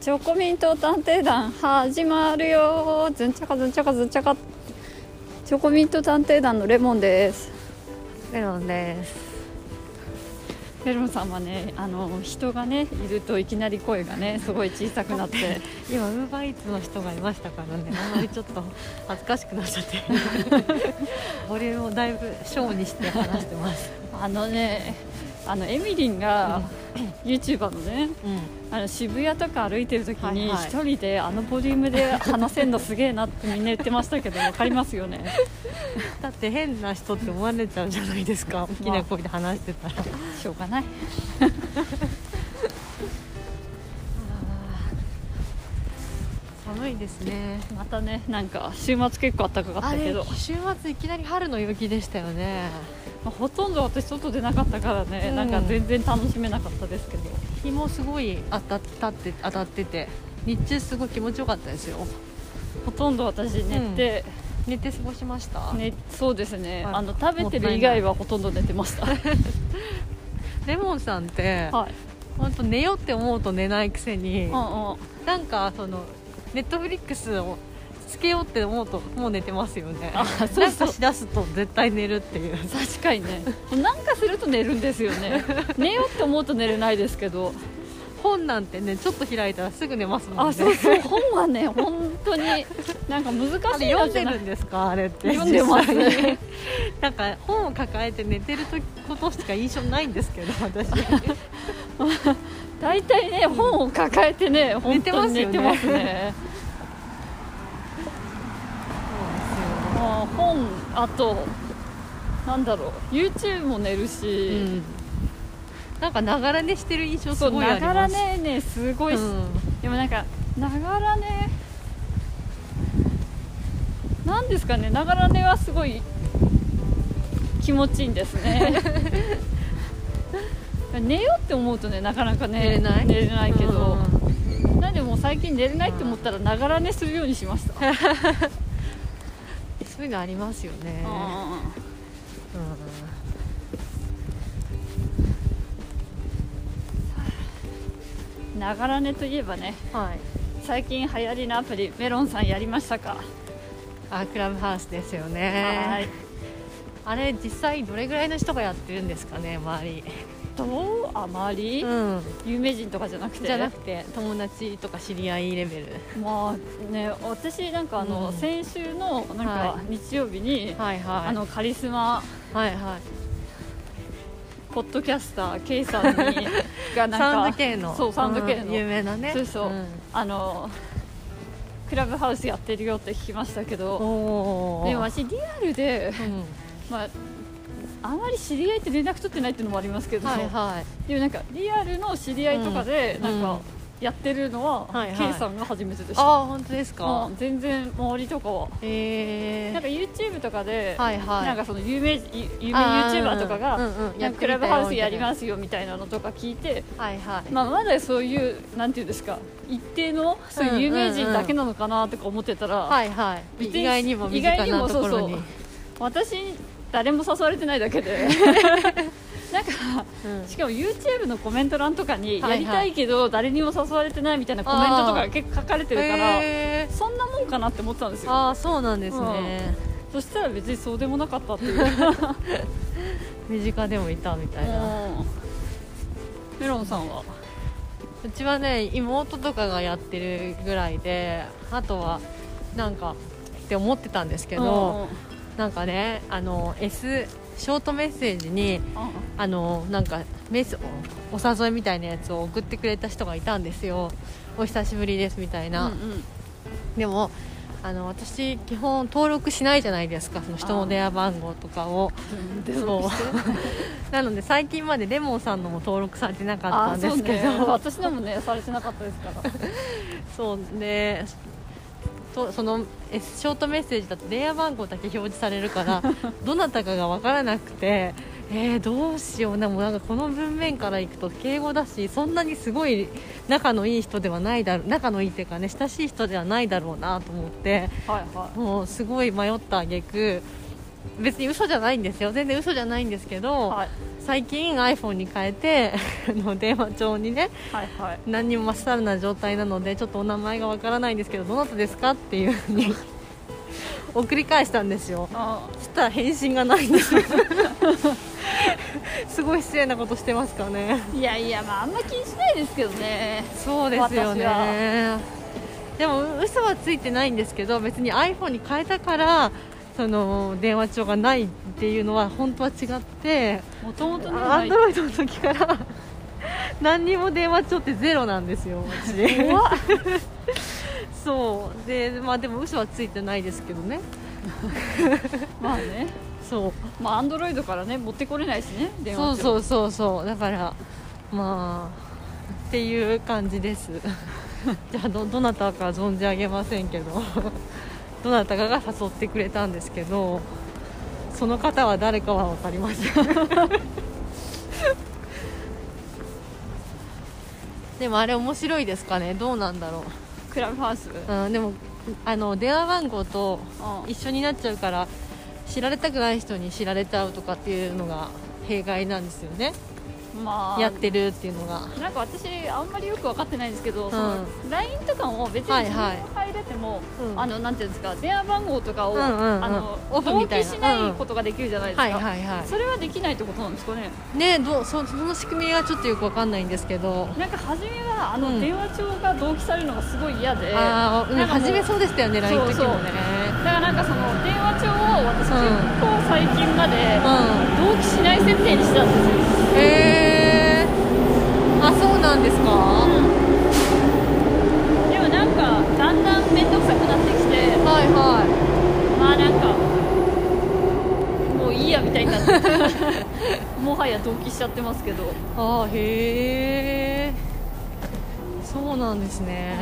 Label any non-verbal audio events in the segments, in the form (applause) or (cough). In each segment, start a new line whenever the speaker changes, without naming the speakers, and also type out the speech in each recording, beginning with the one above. チョコミント探偵団始まるよずんちゃかずんちゃかずんちゃかチョコミント探偵団のレモンです
メロンです。
レモンさんはねあの人がねいるといきなり声がねすごい小さくな (laughs) って
今ウーバーイーツの人がいましたから (laughs) ね。あんまりちょっと恥ずかしくなっちゃ (laughs) って。ボリュームをだいぶショーにして話してます。
あのねあのエミリンが YouTuber のねあの渋谷とか歩いてる時に
はいはい
一人であのボリュームで話せんのすげえなってみんな言ってましたけど分かりますよ (laughs) ね
だって変な人って思われちゃうじゃないですか。大きな声で話してたら。
しょうがない
寒いですね。
またねなんか週末結構暖かかっ
あ
たけ
れ
ど、
週末いきなり春の陽気でしたよね。
まあほとんど私外出なかったからね、
うん
なんか全然楽しめなかったですけど
日もすごい当たったって当たってて、日中すごい気持ちよかったですよ。
ほとんど私寝て、
寝て過ごしました。
ね、そうですね
あ
あの食べてる以外はほとんど寝てました
レモンさんって、
はい、
本当寝ようって思うと寝ないくせに。
うんうん、
なんかそのネットフリックスをつけようって思うともう寝てますよね
あそうそう
なんかしだすと絶対寝るっていう
確かにねなんかすると寝るんですよね寝ようって思うと寝れないですけど
本なんてねちょっと開いたらすぐ寝ますもんね
あそうそう本はね本当になんか難
あ
し
れ
いなっ
読ん
て
で
な
るんですかあれって
読んでます
実際に (laughs) なんか本を抱えて寝てる時ことしか印象ないんですけど私
大体ね本を抱えてね本当に寝てますねあー本あとなんだろう YouTube も寝る
う
し、
んなんかながら寝してる印象す
そう
ごいあ
な
ります
がらねねすごい、
うん
でもなんかながらねなんですかねながら寝はすごい気持ちいいんです
(laughs)
ね寝ようって思うとねなかなかね
寝れない
寝れないけど、
うん
なんでもう最近寝れないって思ったらながら寝するようにしました、
そういうのありますよね
あー
うん
ながら寝といえばね
はい
最近流行りのアプリメロンさんやりましたか、
あクラブハウスですよね
はい
あれ実際どれぐらいの人がやってるんですかね周り、
どうあまり、
ん、
有名人とかじゃなくて
じゃなくて友達とか知り合いレベル
まあね私なんかあの、
うん
先週のなんか
は
日曜日に、
はいはい
あのカリスマ
はいはい
ポッドキャスター K さんに
(laughs)
がなんか
サウンド系の
そうサウンド系の、
うん有名なね
そうそうんあのクラブハウスやってるよって聞きましたけど
おー
でも私リアルで
うん
まああまり知り合いって連絡取ってないっていうのもありますけど、
はいはい
でもなんかリアルの知り合いとかで、
うん
なん
う
か
ん
やってるのは、
はいは
K
い
さんが初めてでした
ああ本当ですか
うん全然周りとかは
え
なんか YouTube とかで、
はいはい
なんかその有名有有名
あー
YouTuber とかが、
うんうん
な
や
ん
っ
かク
てみた
ラ
よ
ブハウスやりますすよみたいなのとか聞いて、
はいはい
まあ、まだそういうなんていうんですか一定のそういう有名人だけなのかなとか思ってたら、
はいはい
別に
意外にも身近
意外に
な
も
と
そう
こ
そう
ろに
私誰も誘われてないだけ
(laughs)
でなんか
うん
しかも YouTube のコメント欄とかに、
はいはい
やりたいけど誰にも誘われてないみたいなコメントとか
あー
結構書かれてるから、
へー
そんなもんかなって思ってたんですよ
ああそうなんですね
そしたら別にそうでもなかったって
(laughs)
いう
身近でもいたみたいな
メロンさんは
うちはね妹とかがやってるぐらいであとはなんかって思ってたんですけど、なんかねあの S ショートメッセージに
うんうん
あのなんかメスおお誘いみたいなやつを送ってくれた人がいたんですよお久しぶりですみたいな、
うんうん
でもあの私基本登録しないじゃないですかその人の電話番号とかをそうなので最近までレモンさんのも登録されてなかったんですけ
あそうね
ど
私のもねされてなかったですから
そうでとそのえショートメッセージだと電話番号だけ表示されるから
(laughs)
どなたかが分からなくてえー、どうしようでもなんかこの文面からいくと敬語だしそんなにすごい仲のいい人ではないだろう仲のいいっていうかね親しい人ではないだろうなと思って
はいは
もうすごい迷った挙句別に嘘じゃないんですよ全然嘘じゃないんですけど、
はい
最近 iPhone に変えてあの電話帳にね
はいはい
何にもまっさらな状態なのでちょっとお名前がわからないんですけどどなたですかっていうふうに (laughs) 送り返したんですよ
あ
そしたら返信がないんです (laughs) すごい失礼なことしてますかね
いやいやまああんま気にしないですけどね
そうですよ
私
ね
は
でも嘘はついてないんですけど別に iPhone に変えたからその電話帳がないっていうのは本当は違って
もともとね
アンドロイドの時から何にも電話帳ってゼロなんですよ私
怖っ
(laughs) そうでまあでも嘘はついてないですけどね
まあね
そう
まあアンドロイドからね持ってこれないしね電
そう
話
そううそうそうだからまあっていう感じです (laughs) じゃあどどなたか存じ上げませんけど (laughs) どなたかが誘ってくれたんですけどその方は誰かは分かりません (laughs) でもあれ面白いですかねどうなんだろ
クラブハウス、
う、うん、でもあの電話番号と
うん
一緒になっちゃうから知られたくない人に知られちゃうとかっていうのが弊害なんですよね
まあ
やってるっていうのが
なんか私あんまりよく分かってないんですけど、
ん
その LINE とかも別に
はい
自分
はい
が入れても、
うん
あのなんていうんですか電話番号とかを、
うんうんうん
あの
オフ
同
みたい
期し
な
ないことができるじゃないですか、
はいはいは
それはできないってことなんですかね
いねどうそその仕組みはちょっとよくわかんないんですけど、
なんか初めはあ
う
の
ん
電話帳が同期されるのがすごい嫌で、だか
ああ、うん、
なんかもう
初めそうでしたよね LINE の時もね
らなんかその電話帳を私結
うん
構最近まで同期しない設定にしてたんですよ、
うんへえあそうなんですか、
でもなんかだんだん面倒くさくなってきて
はいは
まあなんかもういいやみたいになって
(laughs)
もはや同期しちゃってますけど、
いああへえそうなんですね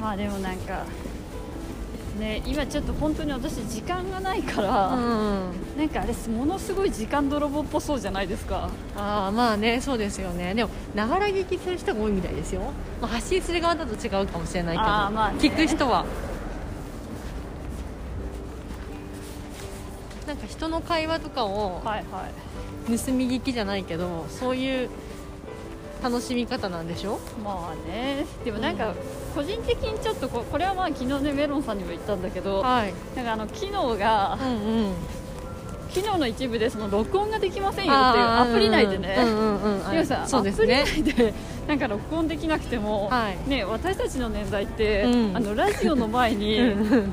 まあでもなんかね今ちょっと本当に私時間がないか
う
ら、
ん
なんかあれものすごい時間泥棒っぽそうじゃないですか
ああまあねそうですよねでもながら聞きする人が多いみたいですよ、まあ、発信する側だと違うかもしれないけど
あーまあね
聞く人はなんか人の会話とかを盗
はいはい
み聞きじゃないけどそういう楽しみ方なんでしょ
まあねでもなんか個人的にちょっとここれはまあ昨日ねメロンさんにも言ったんだけど
はい
なんかあの機能が
うんうん
機能の一部でその録音ができませんよっていうアプリ内でね、
うんうんうんうんあ
要はさ
そうですね
アプリ内でなんか録音できなくても、
はい
ね、私たちの年代って、
うん
あのラジオの前に
うん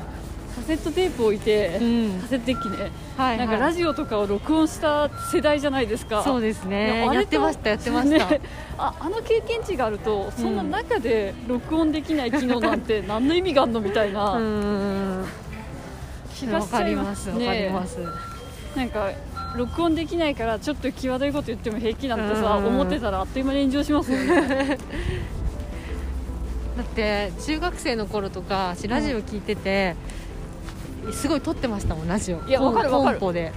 カセットテープを置いて、
うん
カセットデッキね、
はいはい
なんかラジオとかを録音した世代じゃないですか
そうです
い
ね
あれと
やってましたやってました、
ねああの経験値があるとそんな中で録音できない機能なん
(laughs)
て何の意味があるのみたいな
うんうん
気
うん
が
わ
しち
か
ゃい
りま
ますす
わか
ね
ります、
なんか録音できないからちょっと際どいこと言っても平気なんてさ、
うん
思ってたらあっという間に炎上しますよね
だって中学生の頃とか私ラジオ聞いてて、すごい撮ってましたもんラジオ
いやわかるわかる
コンポで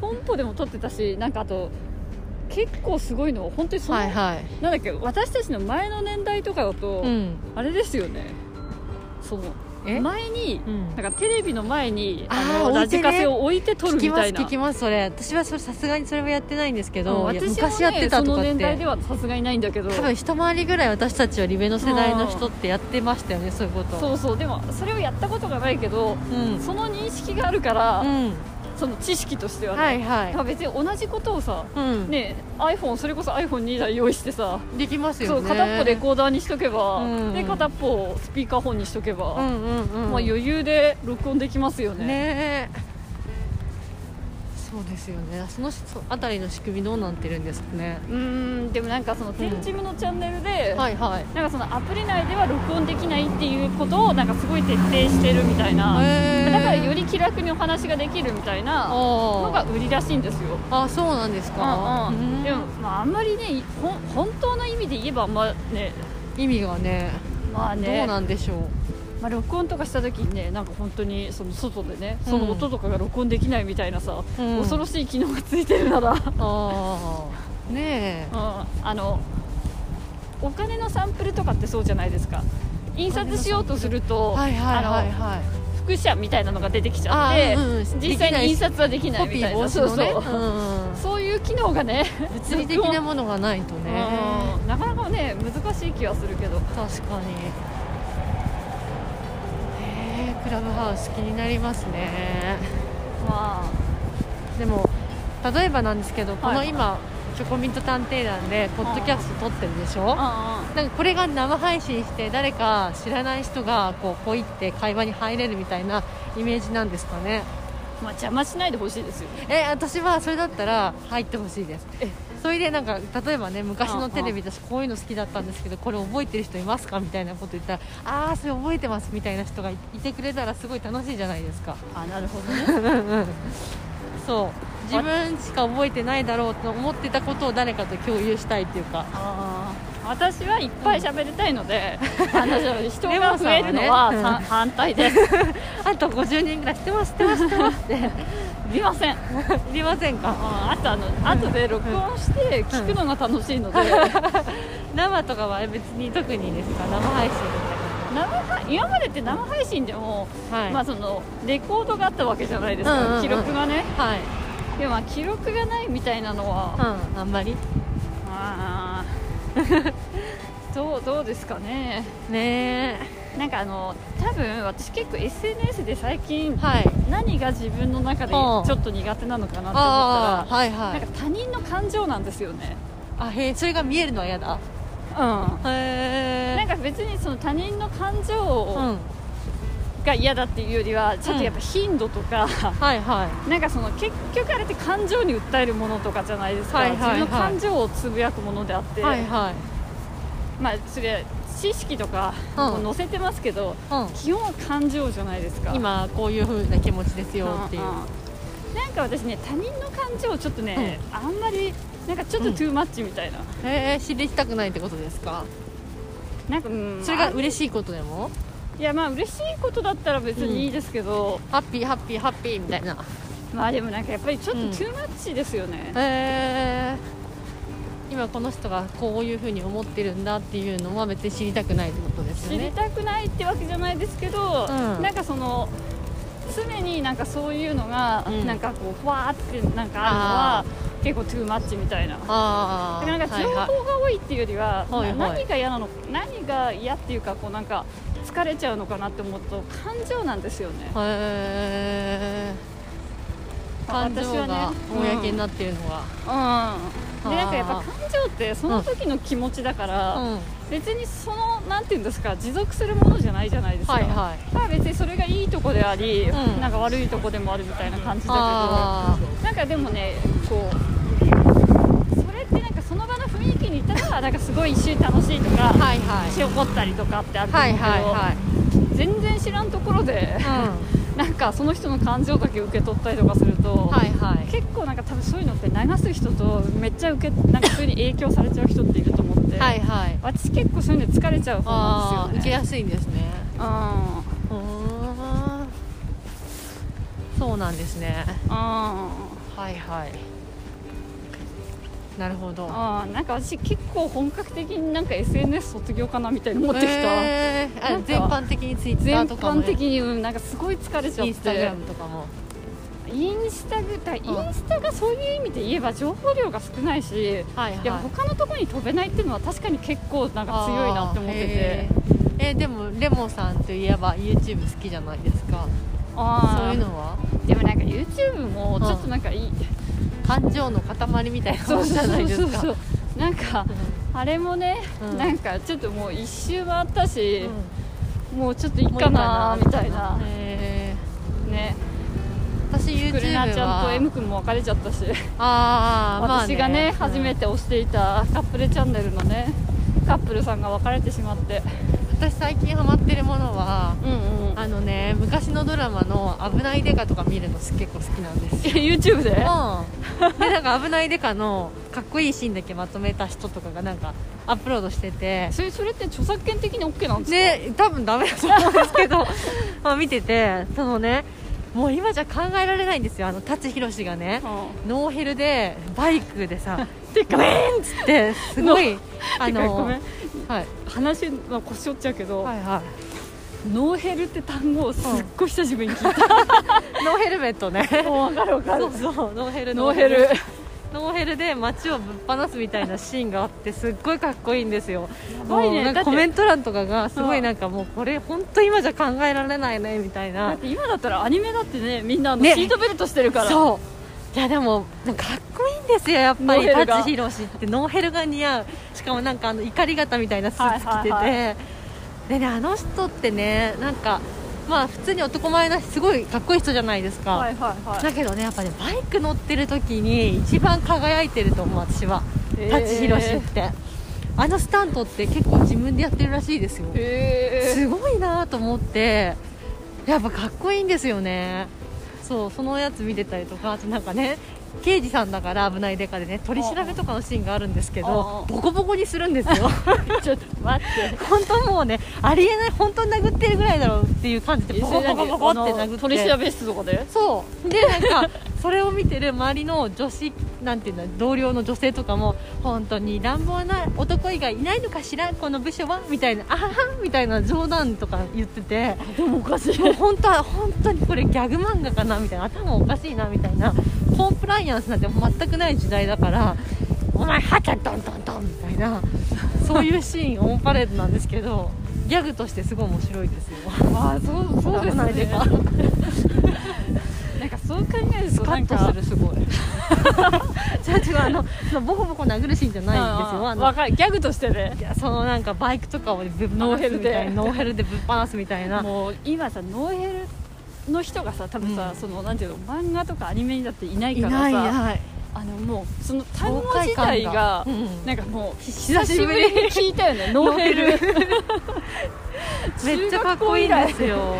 コンポでも撮ってたしなんかあと結構すごいの本当にその、
はいはい
なんだっけ私たちの前の年代とかだと、
うん
あれですよねその
え
前に、
うん
なんかテレビの前にあ
あー置
の
いて
ラジ
ね
カセを置いて撮る
聞
み
きま
た
す
いな
聞きますそれ私はそれさすがにそれはやってないんですけ
うん
ど、い
私も、
や
ね、
昔やってたとかっ
その年代で
て
はさすがにないんだけど
多分一回りぐらい私たちより上の世代の人ってやってましたよねそういうこと
そうそうでもそれをやったことがないけど
うん、
その認識があるから、
うん、
その知識としてはね、
はいは
だ
い
から別に同じことをさ、
うん、
ね iPhone それこそ iPhone2 台用意してさ、
できます
そ
よ
う
ね
片っぽレコーダーにしとけば、
うん
で片っぽをスピーカーフォンにしとけば、
うんうんうん
まあ、余裕で録音できますよね
ねえそうですよねそのそあたりの仕組みどうなってるんですかね
うーんでもなんかそのテンチムのチャンネルで、
はいはい
なんかそのアプリ内では録音できないっていうことをなんかすごい徹底してるみたいな、
へえ
だからより気楽にお話ができるみたいなの
あ
が売りらしいんですよ
ああそうなんですか、
うんうん
うん
でも、まあ、あんまりねいほん本当の意味で言えばあんまね
意味がね
まあ
どう
ね
なんでしょう
まあ、録音とかした時にねなんか本当にその外でねその音とかが録音できないみたいなさ、
うん
恐ろしい機能がついてるなら、うん、
ああねえ
あのお金のサンプルとかってそうじゃないですか印刷しようとすると、
はいはいはい
あ
はい
の複写みたいなのが出てきちゃっ
あ
て、
うんうん
実際に印刷はでき
でき
な
ないい
み
コ
た
ピ
い
ー
な
防止のね
そうそう
うんうん
そういう機能がね
(laughs) 物理的なものがないとね
うんなかなかね難しい気はするけど
確かにえークラブハウス気になりますね
ま
でも例えばなんですけど、こ
は
の
い
今チョコミント探偵団でポッドキャスト撮ってるでしょ
あ
なんかこれが生配信して誰か知らない人がこうポイって会話に入れるみたいなイメージなんですかね
まあ邪魔しないでほしいですよね
え私はそれだったら入ってほしいです
え
それでなんか例えばね昔
うんう
の
ん
テレビ私こういうの好きだったんですけどこれ覚えてる人いますかみたいなこと言ったらああそれ覚えてますみたいな人がいいてくれたらすごい楽しいじゃないですか
あなるほどね
そう自分しか覚えてないだろうと思ってたことを誰かと共有したいっていうか
あー (laughs) 私はいっぱい喋りたいので、あの人
レモ
が
ンさんはね
増えるのは
うん
さ反対です
あと50人ぐらい知ってます知って (laughs) ます知ってますって
見ません
いりませんか
ああとあの後で録音して聞くのが楽しいので、
生とかは別に特にですか生配信み
生配今までって生配信でも、
たいなはい、
まあ、そのレコードがあったわけじゃないですか、
うんうんうん
記録がね
はい、
でもまあ記録がないみたいなのは、
うん、あんまり
あー (laughs) どうどうですかね
ね
なんかあの多分私結構 SNS で最近
えはい
何が自分の中でち
う
ょ
ん
っと苦手なのかなって思った
あ
ら
あはいは
ないんか他人の感情なんですよね
あへえそれが見えるのは嫌だ
うんな
へえ
んか別にその他人の感情
うん
が嫌だっていうよりはちょっとやっぱ頻度とか、 (laughs)
はいはい
なんかその結局あれって感情に訴えるものとかじゃないですか、
はいはいはい
自分の感情をつぶやくものであって、
はいはい
まあそれ知識とか
うん
も載せてますけど、
う
基本は感情じゃないですか
ん今こういう風な気持ちです
うんう
よ
ん
っていう
なんか私ね他人の感情をちょっとね、あんまりなんかちょっと
うん
トゥーマッチみたいな、
へえ知りたくないってことですか
なんか、うん、
それが
あ
嬉しいことでも
いやまあ嬉しいことだったら別にいいですけど、
ハッピーハッピーハッピーみたいな
まあでもなんかやっぱりちょっと
うん
トゥーマッチですよね、
へえ今この人がこういう風に思ってるんだっていうのは別に知りたくないってことです
知り
よね
たくないってわけじゃないですけど、
うん
なんかその常になんかそういうのが、
うん
なんかこうわーってなんかあ
あ
るのは結構トゥーマッチみたいな
ああ
なんか情
はいはい
報が多いっていうよりは、
はいはい
な何が嫌なの何が嫌っていうかこうなんか疲れちゃうのかなって思うと感情なんですよね
へえ感情が公になってるのは、
うんでなんかやっぱ
あ
感情ってその時の気持ちだから、
うん
別にそのなんていうんですか持続するものじゃないじゃないですか、
はいはい
まあ別にそれがいいとこであり、
うん
なんか悪いとこでもあるみたいな感じだけ
あ
どなんかでもねこうそれってなんかその場の雰囲気にいたらなんかすごい一瞬楽しいとか、
ーはいはい
一瞬怒ったりとかってあると
は
思う
い
けど、
はいはい
全然知らんところで (laughs)
う
なんかその人の感情だけ受け取ったりとかすると、
んはいはい
結構なんか多分そういうのって流す人とめっちゃ受けなんかそういうに影響されちゃう人っていると思って、
はいはい
私結構そういうの疲れちゃう方
あ
な
あ
ん
受
です
け
よね
やすいんですね
うん
うーんそうなんですね
う
はいはいなるほど
ん、あなんか私結構本格的になんか SNS 卒業かなみたいに思ってきた、
えーあ
なんか
全般的にツイッタ
全
ーとかも
般
ね
的にうんなんかすごい疲れちゃって
インスタグラムとかも
インスタグだイ
ん
ンスタがそういう意味で言えば情報量が少ないし、
はいはい
いや他のところに飛べないっていうのは確かに結構なんか強いなって思ってて
あーへーえでもレモさんといえば YouTube 好きじゃないですか
あー
そういうのは
でもなんか YouTube もちょっとなんかいい、
感情の塊みたいなもんじゃないですか
うなんかあれもね、
うん
なんかちょっともう一周回った
う
し
ん、
もうちょっといいかなみたいな
へ
ね
ー私
クレ
YouTube
ナ
は
ちゃんと M 君も別れちゃったし
あー、まあ
私がね、初め
て、
て推していたカップルチャンネルのねカップルさんが別れてしまって
うん私最近ハマってるものは
うんうん
あのね昔のドラマの「危ないデカ」とか見るの結構好きなんですよ
YouTube で
うん、でなんか危ないデカのかっこいいシーンだけまとめた人とかがなんかアップロードしてて
それそれって著作権的に OK なんですか、
ね多分ダメだと思うんですけど (laughs) まあ見ててそのねもう今じゃ考えられないんですよあの舘ひろしがね
うん
ノーヘルでバイクでさ
てか
ごめんっつってす
(laughs)
ごいあ
てか
の
ご
は
め
い
ん、話は腰折っちゃうけど、
はいは
ノーヘルって単語をすっごい久しぶりに聞い (laughs)
いノーヘルメットね
た、もう分かる分か
そ
る
うそうノーヘル
ノーヘル
ノーヘルで街をぶっ放すみたいなシーンがあってすっごいかっこいいんですよ
ばいね
もうな
だ
んか
って
コメント欄とかがすご
う
い
ん
なんかもうこれ本当今じゃ考えられないねみたい
だっ
な
て今だったらアニメだってねみんなあの
ね
シートベルトしてるから、
そういやでもなんかかっこいいんですよやっぱ
ノー
り
ヘルが
舘ひろしってノーヘルが似合うしかもなんかあの怒り方みたいなスーツ着てて、
はいはい
でねあの人ってねなんかまあ普通に男前だしすごいかっこいい人じゃないですか、
はいはいはい
だけどねやっぱねバイク乗ってる時に一番輝いてると思う私は
へー
舘ひろしってあのスタントって結構自分でやってるらしいですよ
へえ
すごいなと思ってやっぱかっこいいんですよねそうそのやつ見てたりとかあとなんかね刑事さんだから危ないデカでね取り調べとかのシーンがあるんですけど
ああ
ボコボコにするんですよ
ちょっと待って
本当もうねありえない本当に殴ってるぐらいだろうっていう感じでボコボコボコって殴って
取り調べ室とかで
そうでなんか (laughs) それを見てる周りの女子なんていうんだ同僚の女性とかも本当に乱暴な男以外いないのかしらこの部署はみたいなあははみたいな冗談とか言ってて
でもおかしい
もう本当は本当にこれギャグ漫画かなみたいな頭おかしいなみたいなコンプライアンスなんて全くない時代だからお前はちゃトントントンみたいなそういうシーンオンパレードなんですけどギャグとしてすごい面白いですよ
(laughs) ああそうそうです
危ないで
ね
か
なんかそう考えると
スカッとするすごい違う違うあのそのボコボコ殴るシーンじゃないんですよあの
分かるギャグとしてね
いやそのなんかバイクとかをぶっ
ノ
放
ーヘ
すみ
ル
たい
で
なノーヘルでぶっ放すみたいな
もう今さノーヘルの人がさ多分さ、
うん
そのなんていうの漫画とかアニメにだっていない
い
から
な
さ
いない
あのもうその単語
爽快
自
感
体が
うん
なんかもう久
久
し
し
ぶ
ぶ
り
り
に聞いたよ (laughs) ねノーヘル
ノー
(laughs)
めっちゃかっこいいんですよ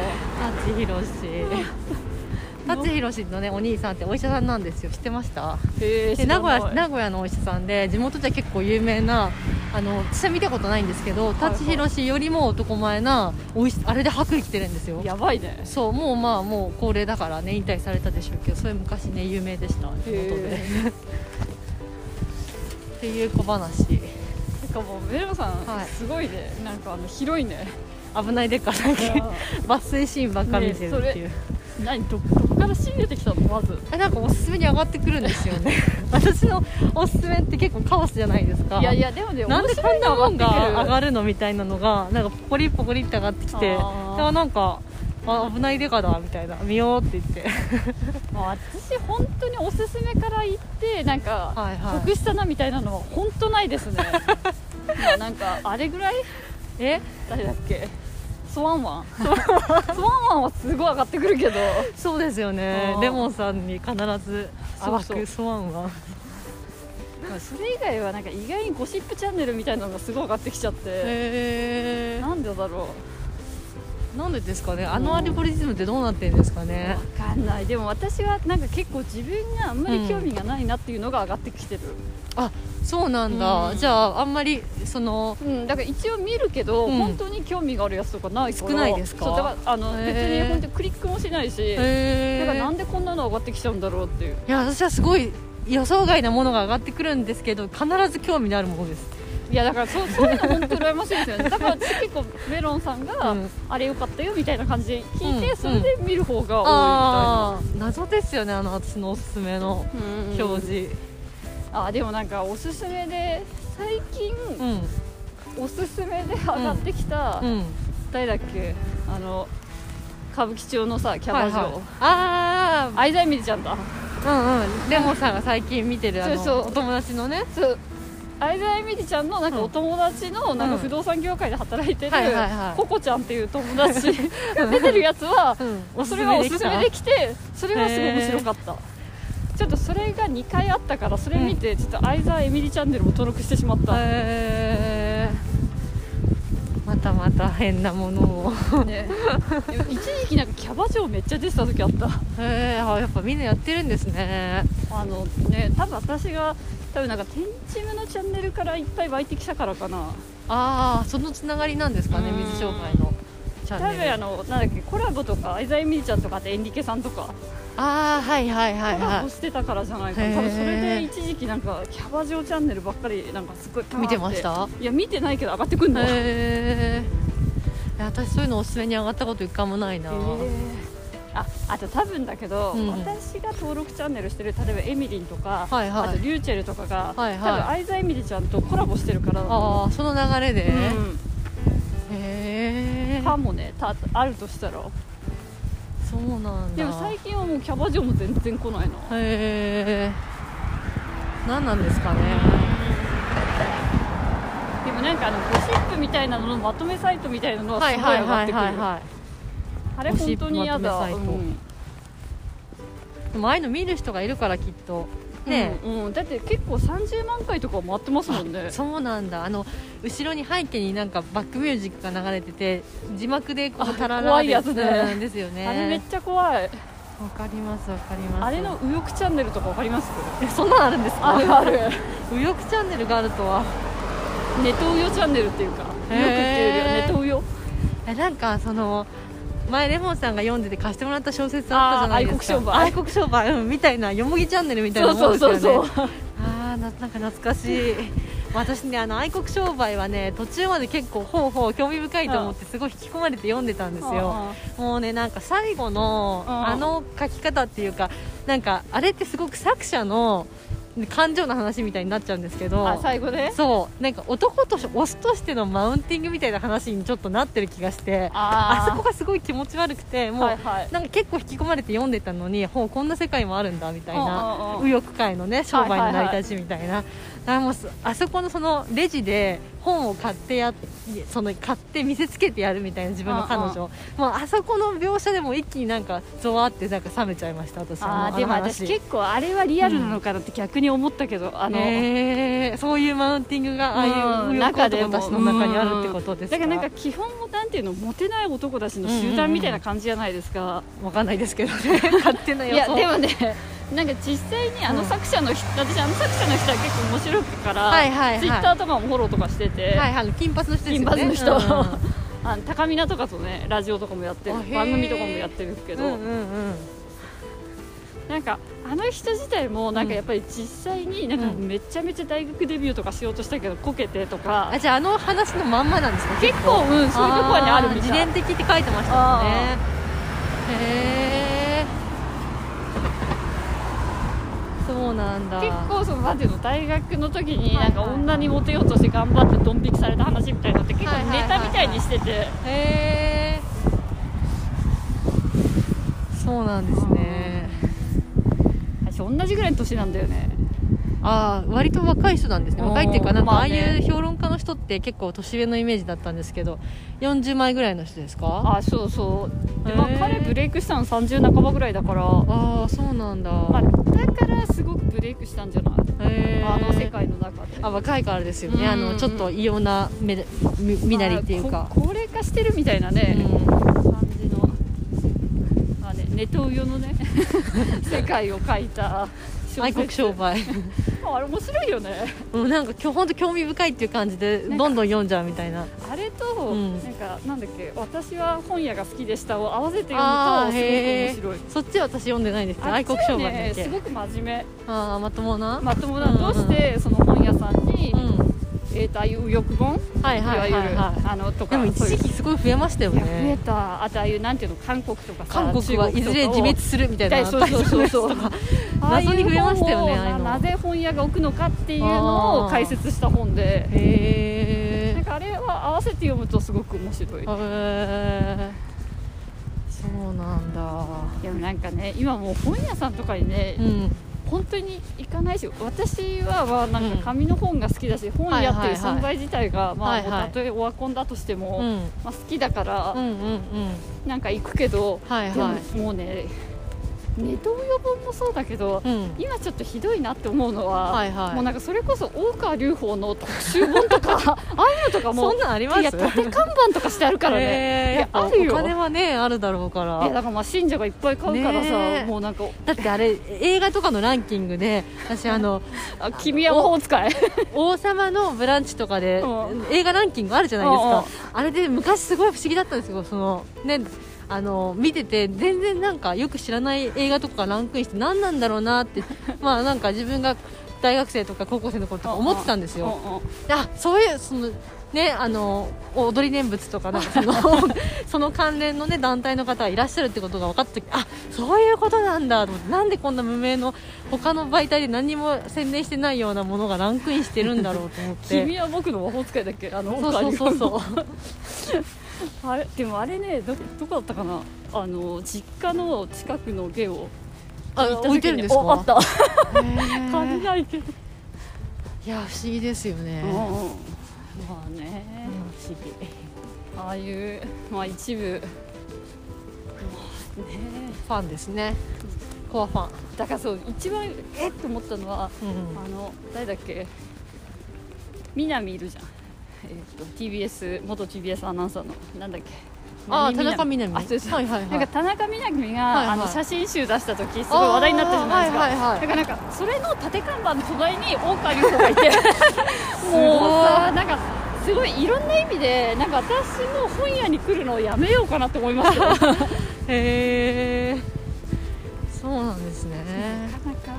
舘ひろ
(laughs)
し舘ひろしのねお兄さんってお医者さんなんですよ知ってました
へー
で
知らな
名
い
古屋名古屋のお医者さんで地元じゃ結構有名なあの私は見たことないんですけど
はい
舘ひろしよりも男前なお医者あれで白衣着てるんですよ
やばいね
そうもうまあもう高齢だからね引退されたでしょうけどそれ昔ね有名でした地元でっていう小話
なんかもうベロさん、
はい
すごいねなんかあの広いね
危ないでっかだけ抜粋シーンばっか見てるっていう、
(laughs) 何どどこから仕入れてきたのまず
あなんかおすすめに上がってくるんですよ
(laughs)
ね私のおすすめって結構カオスじゃないですか
いやいやでもね
なんでこんなもんが上が
る
るのみたいなのがなんかポコリポコリって上がってきてで
あー
もなんかあ危ないデカだみたいな見ようって言って
私本当におすすめから言ってなんか、
はいはい
得したなみたいなのは本当ないです (laughs) ねもうなんかあれぐらい
え
誰だっけスワンワ (laughs) ンスワンワンはすごい上がってくるけど
そうですよね
あー
レモンさんに必ず
そう
淡
そう
くソワンは
それ以外はなんか意外にゴシップチャンネルみたいなのがすごい上がってきちゃって
へ
なんでだろ
なんでですかねあのアルゴリズムってどうなってるんですか
う
ね
わかんないでも私はなんか結構自分にあんまり興味がないなっていうのが上がってきてる、
あそうなんだ、
うん
じゃああんまりその
うん、だから一応見るけど、
うん
本当に興味があるやつとかないから
少ないですか
そうだからあの
へ
別
ー
に本当にクリックもしないし、だから
へ
なんでこんなの上がってきちゃうんだろうっていう
いや私はすごい予想外なものが上がってくるんですけど必ず興味のあるものです
いやだからそうそういうの本当羨ましいですよねだから私結構メロンさんが、
うん
あれよかったよみたいな感じで聞いて、
うん
それで見る方が多
ああ謎ですよねあの私のおすすめの
いみたいな、うん
表示
あでもなんかおすすめで最近、
うん
おすすめで上がってきた、
うん、
誰だっけあの歌舞伎町のさキャバ嬢、
はいはいああ
相沢みりちゃんだ
うんうんレモンさんが最近見てるあの
そうそう
お友達のね
そう相沢みりちゃんのなんか
うん
お友達のなん
う
か
ん
不動産業界で働いてる、
はいはいはい
ココちゃんっていう友達が出てるやつは、
うんおす
そ
すめ
れ
で
は
きた
おすすめできてそれはすごい面白かったちょっとそれが2回あったからそれ見てちょっと相沢エミリチャンネルも登録してしまった、
へーまたまた変なものを
ね、で (laughs) も一時期なんかキャバ嬢めっちゃ出てた時あった
へーあやっぱみんなやってるんですね
あのね多分私が多分なんか天チームのチャンネルからいっぱい湧いてきたからかな
ああそのつながりなんですかね
うん
水商売のチャ
多
ンネ
分あ
ル
のなんだっけコラボとか相沢エミリちゃんとかあとエンリケさんとか
ああはいはいはい
コラ
は
ボ
い
してたからじゃないか
へ
な
ー
多分それで一時期なんかキャバ嬢チャンネルばっかりなんかすごいパーって
見てました
いや見てないけど上がってくんの、
へえ私そういうのおすすめに上がったこと一回もないな、
ああと多分だけど、
うん
私が登録チャンネルしてる例えばエミリンとか、
はいはい
あとリューチェルとかが、
はいはい
多分相沢エミリちゃんとコラボしてるから
ああその流れで、
う
へえ
ん、かもねたあるとしたら
そうなんだ
でも最近はもうキャバ嬢も全然来ないな
へえ何なんですかね
でもなんかあのゴシップみたいなののまとめサイトみたいなのは
は
す
い
ごい
は
上が
い
っ
は
て
い
く
はい
る
は
あれ本当に嫌だ、
ゴシップ
う
まとめサイト
ん
いでもああいうの見る人がいるからきっとね、
うんうんだって結構30万回とか回ってますもんね
そうなんだあの後ろに背景になんかバックミュージックが流れてて字幕でこうタララ
怖いやつね
なんですよね
あれめっちゃ怖い
わかりますわかります
あれの右翼チャンネルとかわかります
えそんなのあるんですか
あるある
(laughs) 右翼チャンネルがあるとは
ネトウヨチャンネルっていうか右翼っていうよりはネトウヨ
えなんかその前レモンさんが読んでて貸してもらった小説あったじゃないですか
あー愛
愛国商売、うん、みたいなよもぎチャンネルみたい
そ
な
う
もん
そう
です
そ
よね
うそう
ああなんか懐かしい私ねあの愛国商売はね途中まで結構ほうほう興味深いと思ってすごい引き込まれて読んでたんですよもうねなんか最後の
うん
あの書き方っていうかなんかあれってすごく作者の感情の話みたいになっちゃうんですけど
あ最後ね
そうなんか男としオスとしてのマウンティングみたいな話にちょっとなってる気がしてあ
あ
そこがすごい気持ち悪くてもう、
はいはい
なんか結構引き込まれて読んでたのにほうこんな世界もあるんだみたい
うんうん
な
うん
右翼界のね商売になりたちみたいな、あもうそあそこのそのレジで本を買ってやその買って見せつけてやるみたいな自分の彼
うん
女もうあそこの描写でも一気になんかゾワってなんか冷めちゃいました私
あ
の
ーでも
あの
私
話
結構あれはリアルなのかなって逆に思ったけどあの、
えーそういうマウンティングがああいう右翼男たちの中にあるってことですか
だからなんか基本もなんていうのモテない男たちの集団みたいな感じじゃないですか、
わかんないですけどね (laughs) 勝手な予
いや
想
でもねなんか実際にあの作者の人、私あの作者の人は結構面白いから、
はいはいはい
ツイッターとかもフォローとかしてて、
はいはい金髪の人ですよね
金髪の人
うんうん
あの高見菜とかとねラジオとかもやってる
あへー
番組とかもやってるけど、
うんうんうん
なんかあの人自体もなんかやっぱり実際になんか
うん
めちゃめちゃ大学デビューとかしようとしたけどこけてとか
あ、じゃああの話のまんまなんですか
結構うんそういうところにあるみ
自
たい
伝的って書いてましたもんねへえそうなんだ
結構そのなんていうの大学の時になんか
はいはい
女にモテようとして頑張ってドン引きされた話みたいなのって結構
はいはい
ネ
はいは
タ
い
みたいにしてて
へえそうなんですね
私同じぐらいの年なんだよね
ああ割と若い人なんですね
うん
若いっていうかなんか
ま
あ
あ
あ
ね
いう評論家の人って結構年上のイメージだったんですけど40枚ぐらいの人ですか
あそうそうで、まあ
へ、ー
彼ブレイクしたの30半ばぐらいだから、ま
ああそうなんだ、
あ、だからすごくブレイクしたんじゃない
へえ
あの世界の中で
あ若いからですよね、
うん
あのちょっと異様な目でみ身なりっていう
まあ
か、
こ高齢化してるみたいなね、
うん
感じの、まあね、ネトウヨの
(laughs)
ね世界を描いた小説
愛国商
(laughs)
売
あれ面白いよね
うんなんか本当興味深いっていう感じで
なんか
どんどん読んじゃうみたいな
あれと、
うん
なんかなんだっけ私は本屋が好きでしたを合わせて読
あ
む
ー
とすごく面白
へー
い
そっちは私読んでないんですけど
あっ
愛
ちは
国
ね
商売だけ、
すごく真面目
ああまともな、
まとも
う
なん
うん
どうしてその本屋さんに、
うん
えー、とああいう右翼本
はい
い
はい
わ
はい
ゆる、
は
あのと
いで
か
も一時
そう
期すごい増えましたよ
いういや増え
ね
たあとああいうなんていうの韓国とかさ
韓国はいずれ自滅するみたいな
そうそうそうそう
タイトルのやつとか
ああいう
(laughs) 謎に増えましたよ
本
ね
を
ああいうの
ななぜ本屋が置くのかっていうのを解説した本で
へ
なん
ー
かあれは合わせて読むとすごく面白い
へーそうなんだ
いやなんかね今もう本屋さんとかにね、
うん
本当に行かないし私はまあなんか紙の本が好きだし、本屋っていう存在自体が、ま
は
あ
いはい
もうたとえオワコンだとしても、
うん
まあ、好きだから、
うんうんうん
なんか行くけど、
はい
でも
はい
もうねネトウヨ本もそうだけど、
うん
今ちょっとひどいなって思うのは、
はいはい
もうなんかそれこそ大川隆法の特集本とかああいうのとかも
そんなんあります
いや縦看板とかしてあるからね、
えー
いや
やっぱ
あるよ
お金はねあるだろうか
いやだ
ら
からまあ信者がいっぱい買うからさ、
ねえ
もうなんか
だってあれ映画とかのランキングで私
(laughs)
あの
あ君は魔法使い
「王様のブランチ」とかで
うん
映画ランキングあるじゃないです
うんうん
かあれで昔すごい不思議だったんですよそのねあの見てて全然なんかよく知らない映画とかランクインして何なんだろうなって
(laughs)
まあなんか自分が大学生とか高校生の頃とか (laughs) 思ってたんですよ。あそういうそのねあの踊り念仏とかなん
(laughs)
かそのその関連のね団体の方がいらっしゃるってことが分かった時あそういうことなんだと思ってなんでこんな無名の他の媒体で何にも宣伝してないようなものがランクインしてるんだろうと思っ
(laughs)
て
君は僕の魔法使いだっけあの
そうそうそうそう
あれでもあれねどどこだったかなあの実家の近くのゲオ (laughs)
あ
行った時に
置いてるんですか
おあ
(laughs)
った (laughs)
い
雷ゲオ
や不思議ですよね
うんうんまあね、ああいうまあ一部まあね
ファンですねコアファン、
だからそう一番えっと思ったのはあの誰だっけ南いるじゃんえっと TBS 元 TBS アナウンサーのなんだっけ
ああ
何
田中みな実
あそうそう
はいはいは
ないんか田中みな実が、
はいはい
あの写真集出した時すごい話題になったじゃないですか、
あーはいはいはい
だからなんかそれの立て看板の隣に大川隆法がい (laughs) てもうさなんかすごいいろんな意味でなんか私も本屋に来るのをやめようかなと思いましたよ (laughs) なか
へえそうなんですね
なか、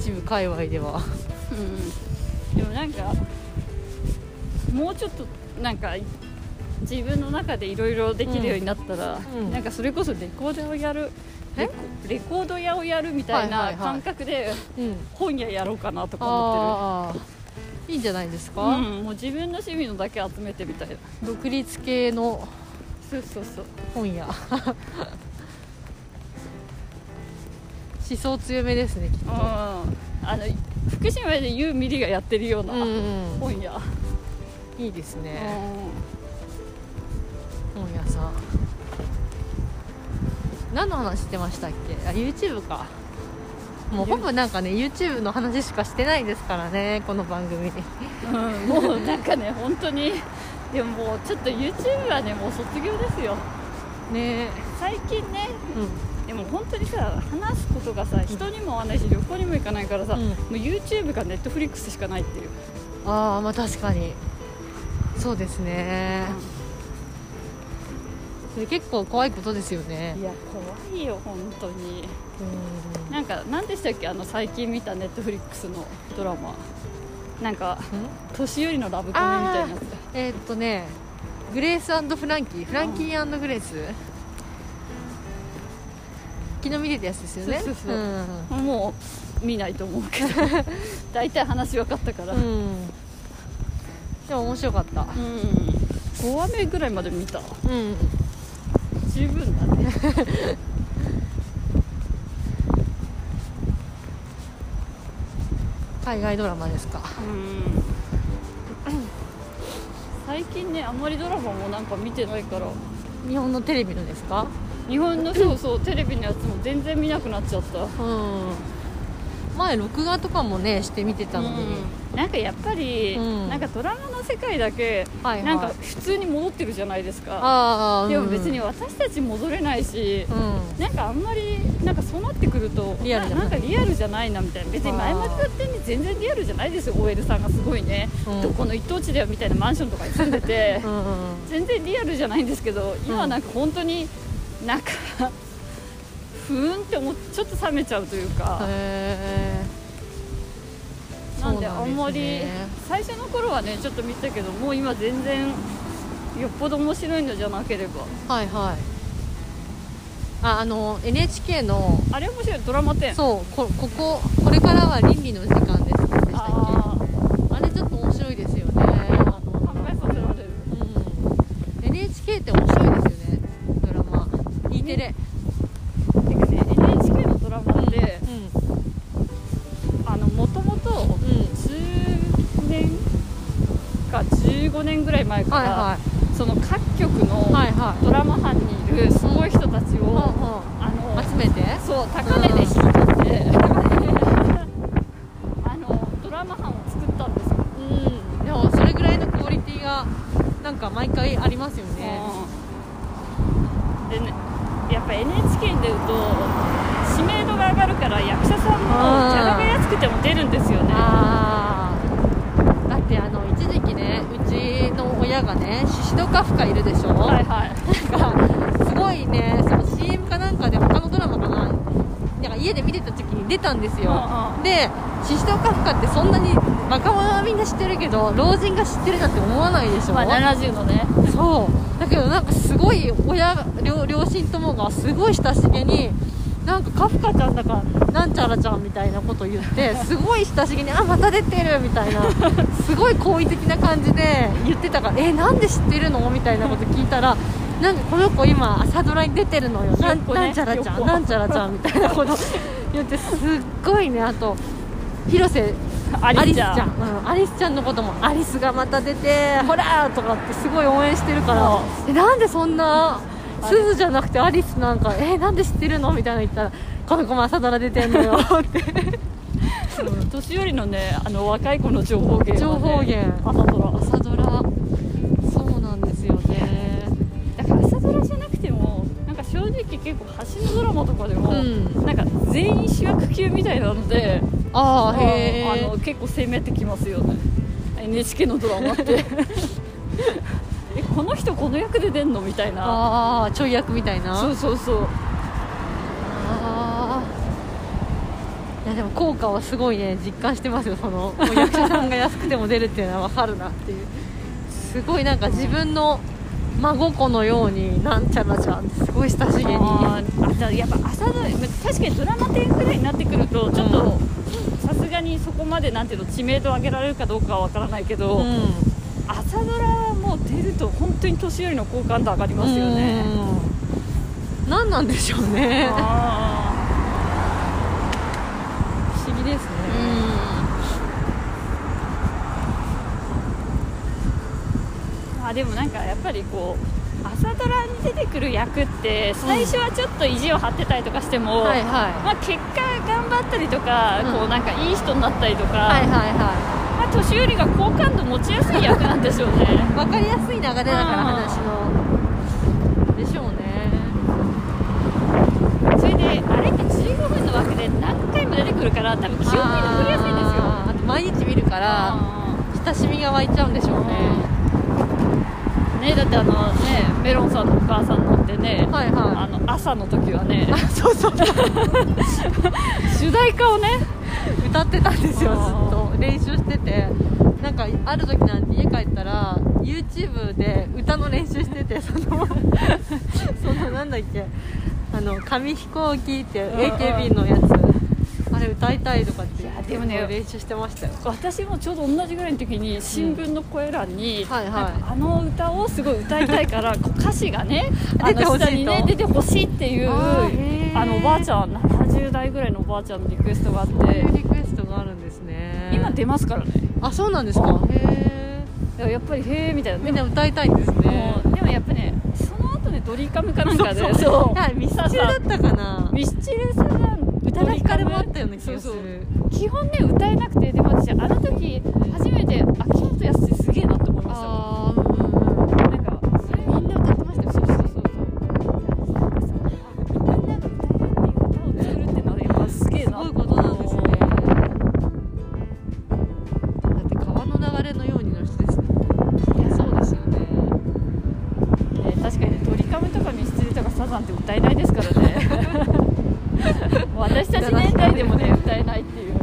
一部界隈では
うん、でもなんかもうちょっとなんか自分の中でいろいろできるようになったら、
うん
なんかそれこそレコード屋をやるレコレコード屋をやるみたい
はいはい
な
はい
感覚で、
うん
本屋やろうかなとか思
ああいいんじゃないですか、
ってる、うん、もう自分の趣味のだけ集めてみたいな
独立系の
そうそうそう
本屋思想強めですねきっ
うん
と
あの福島でユーミリがやってるような
うんうん
本屋、
いいです
うん
ね本屋さん何の話してましたっけあ YouTube かもうほぼなんかね YouTube の話しかしてないですからねこの番組
うんもうなんかね本当にでももうちょっと YouTube はねもう卒業ですよ
ね
最近ね
う
でも本当にさ話すことがさ人にも会わないし旅行にも行かないからさ、
うん
もう YouTube か Netflix しかないっていう、
んああまあ確かにそうですねそれ結構怖いことですよね
いや怖いよ本当に
うん
なんか何でしたっけあの最近見たネットフリックスのドラマなんか年寄りのラブコメみたいなやつ
えーっとねグレースフランキーフランキーグレース昨日見てたやつですよね
そうそうそうんもう見ないと思うけど大体話分かったから、うん
うんでも面白かった
5話目ぐらいまで見た
うん
十分だね
海外ドラマです
う
か
ん最近ねあんまりドラマもなんか見てないから
日本のテレビのですか
日本のそうそうテレビのやつも全然見なくなっちゃった
うん前録画とかもねして見てたのに、
うんなんかやっぱり、
うん
なんかドラマの世界だけ、
はいはい
なんか普通に戻ってるじゃないですか
ああ
でも別に私たち戻れないし、
うん
なんかあんまりなんかそうなってくると
リアルじゃない
んかリアルじゃないなみたいな別に前までだってね全然リアルじゃないですよ OL さんがすごいね、
うん
どこの一等地だよみたいなマンションとかに住んでて
うんうん
(laughs) 全然リアルじゃないんですけど今はなんか本当になんかふーんって思ってちょっと冷めちゃうというか。
へー
なんで
そう
あ
す
んまり
ね
最初の頃はねちょっと見てたけどもう今全然よっぽど面白いのじゃなければ
はいはいああの NHK の
あれ面白いドラマ10
そうここここれからは倫理の時間ですでしたっ
あー
けあれちょっと面白いですよね
あの考えさせられる
うん NHK って面白いですよねドラマ E テレ
てかね NHK のドラマって
う、ん
あのもともと
うん
10年か15年ぐらい前から、
はいは
その各局
いはい
の
は
ドラマ班にいるすごい人たちを、
いは
あの
い集めて
そう高値で引き取って、 (laughs) あのドラマ班を作ったんですよ
うんでもそれぐらいのクオリティがなんか毎回ありますよね
うんでねやっぱ NHK に出ると知名度が上がるから役者さん
あー
もギャラが安くても出るんですよね
ああだってあの一時期ねうちの親がねシシドカフカいるでしょ、
はいはい
なんかごいねその CM かなんかで他のドラマかななんか家で見てた時に出たんですよ
うんうん
でシシドカフカってそんなに若者はみんな知ってるけど老人が知ってるなんて思わないでしょ、
まあ70のね
そうだけどなんかすごい親両両親ともがすごい親しげになんかカフカちゃんだかなんちゃらちゃんみたいなこと
(laughs)
言ってすごい親しげにあまた出てるみたいなすごい好意的な感じで言ってたからえなんで知ってるのみたいなこと聞いたらなんかこの子今朝ドラに出てるのよ、なん
ひよっこね
なんちゃらちゃ
ひよ
ん
っこ
なんちゃらちゃんみたいなこと言ってすっごいねあと広瀬
アリスちゃん
うんアリスちゃんのこともアリスがまた出てほらーとかってすごい応援してるか
そ
らえなんでそんなすずじゃなくてアリスなんかえなんで知ってるのみたいなの言ったらこの子も朝ドラ出て
(laughs)
んのよって
年寄りのねあの若い子の情報源、ね、
情報源
朝ドラ
朝ドラそうなんですよね
だから朝ドラじゃなくてもなんか正直結構橋のドラマとかでも、
うん
なんか全員主役級みたいなので
ああ
あ
へ
あの
え
結構攻めてきますよね NHK のドラマってえこの人この役で出んのみたいな
ああちょい役みたいな
そうそうそう
あーいやでも効果はすごいね実感してますよそのもう役者さんが安くても出るっていうのは分かるなっていうすごいなんか自分の孫子のようになんちゃらちゃんってすごい親しげに
あーあじゃあやっぱ朝ドラ確かにドラマ展ぐらいになってくるとちょっとさすがにそこまでなんていうの知名度上げられるかどうかはわからないけど、
う
朝ドラはもう出ると本当に年寄りの好感度上がりますよね、
うん何なんでしょうね
あ
不思議ですね
ーうんまあでもなんかやっぱりこう朝ドラに出てくる役って最初はちょっと意地を張ってたりとかしても、
はいは
まあ、結果頑張ったりとか、
うん
こうなんかいい人になったりとか、
いはいはいは
まあ、年寄りが好感度持ちやすい役なんでしょうね
(laughs) い分かりやすい流れだから話のでしょうね
それであれって15分の枠で何回も出てくるから多分記憶に残りやすいんですよ
あーあと毎日見るから
あ
親しみが湧いちゃうんでしょうね、
ーねだってあのねメロンさんのお母さんなんてね、
はいは
あの朝の時はね
いそうそう
主題歌をね
歌ってたんですよ
あ
ずっ
ー
と練習しててなんかある時なんて家帰ったら YouTube で歌の練習してて (laughs) そのそのなんだっけあの紙飛行機って
うんうん
AKB のやつあれ歌いたいとかって
いやでもね
結構練習してましたよ
私もちょうど同じぐらいの時に新聞の声欄に、
うんはいはい
なんかあの歌をすごい歌いたいからこう歌詞がねあの
(laughs) 出てほしいと
下にね出てほしいっていう
あーへー
あのおばあちゃん70代ぐらいのおばあちゃんのリクエストがあっ
こうい
て
うリクエストがあるんですね
今出ますからね
あそうなんですかへ
だからやっぱりへえみたいな
え
で
みん
も
な歌いたいんですね
もうでもやっぱねその後ねドリカムかなんかで
そう
そう
はいミスチルだったかな
ミスチルさん
宇多田ヒカルもあったよう
ね
な気がする
基本ね歌えなくてでも私あの時初めて秋元康すげえなって思いましたも
ああ
んなんかそれ
みんな歌ってましたよそうそうそう
みんなが歌えるっていう歌を作るってのはやっぱすげえ
す
な
ごいことなんですねだって川の流れのようにの人ですね
いや
そうですよね
ね確かにドリカムとかミスチルとかサザンって歌えないですからね私たち年代でもね歌えないっていう
い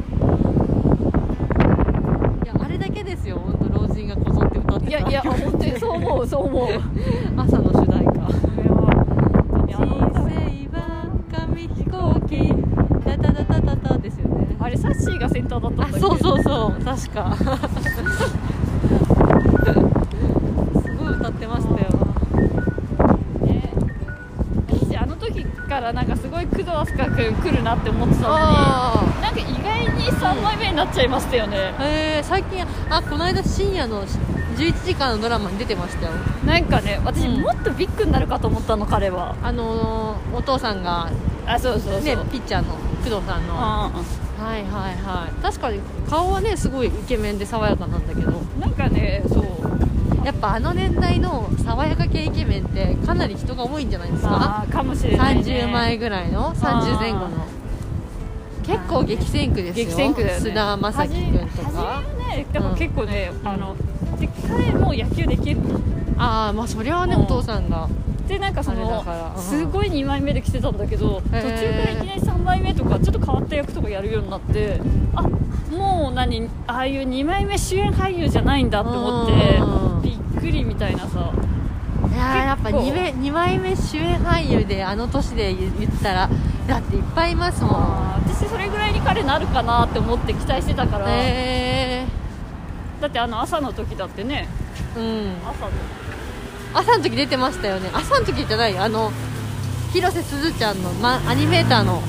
やあれだけですよ本当老人がこぞって歌ってた
いやいや本当にそう思うそう思う
朝の主題歌
本当に
人
あの歌
生は紙飛行機タタタタタタですよね
あれサッシーがセンターだった
あ
んだっけ
そうそうそう確 (laughs) かすごい歌ってましたよ
ね私あの時からなんかすごい工藤飛鳥君来るなって思ってたのに
あ
なんか意外に3枚目になっちゃいましたよね
あへえ最近あこの間深夜の11時間のドラマに出てましたよ
なんかね私
うん
もっとビッグになるかと思ったの彼は
あのーお父さんが
あそうそうそう、
ねピッチャーの工藤さんのは
あ
いはいはい確かに顔はねすごいイケメンで爽やかなんだけど
あなんかねそう
やっぱあの年代の爽やか系イケメンってかなり人が多いんじゃないですか
ああかもしれない、ね、
30前ぐらいの30前後の結構激戦区ですよ
激戦区だよね
菅田将暉君と
初めは
か
ねで
う
も
ん
結構ね、あので彼も野球できる
ああまあそれはね
うん
お父さんが
でなんかそ
あれだ
の
からうん
すごい2枚目で着てたんだけど途中
へ
か
ー
らいきなり3枚目とかちょっと変わった役とかやるようになってあもう何ああいう2枚目主演俳優じゃないんだって思
うん
ってびっくりみたいなさ
いやーやっぱ
結構
2, 目二枚目主演俳優であの年で言言ったらだっていっぱいいますもん
あー私それぐらいに彼なるかなって思って期待してたから
へえ
だってあの朝の時だってね
うん
朝の
朝の時出てましたよね朝の時じゃないよあの広瀬すずちゃんの、ま、アニメーターの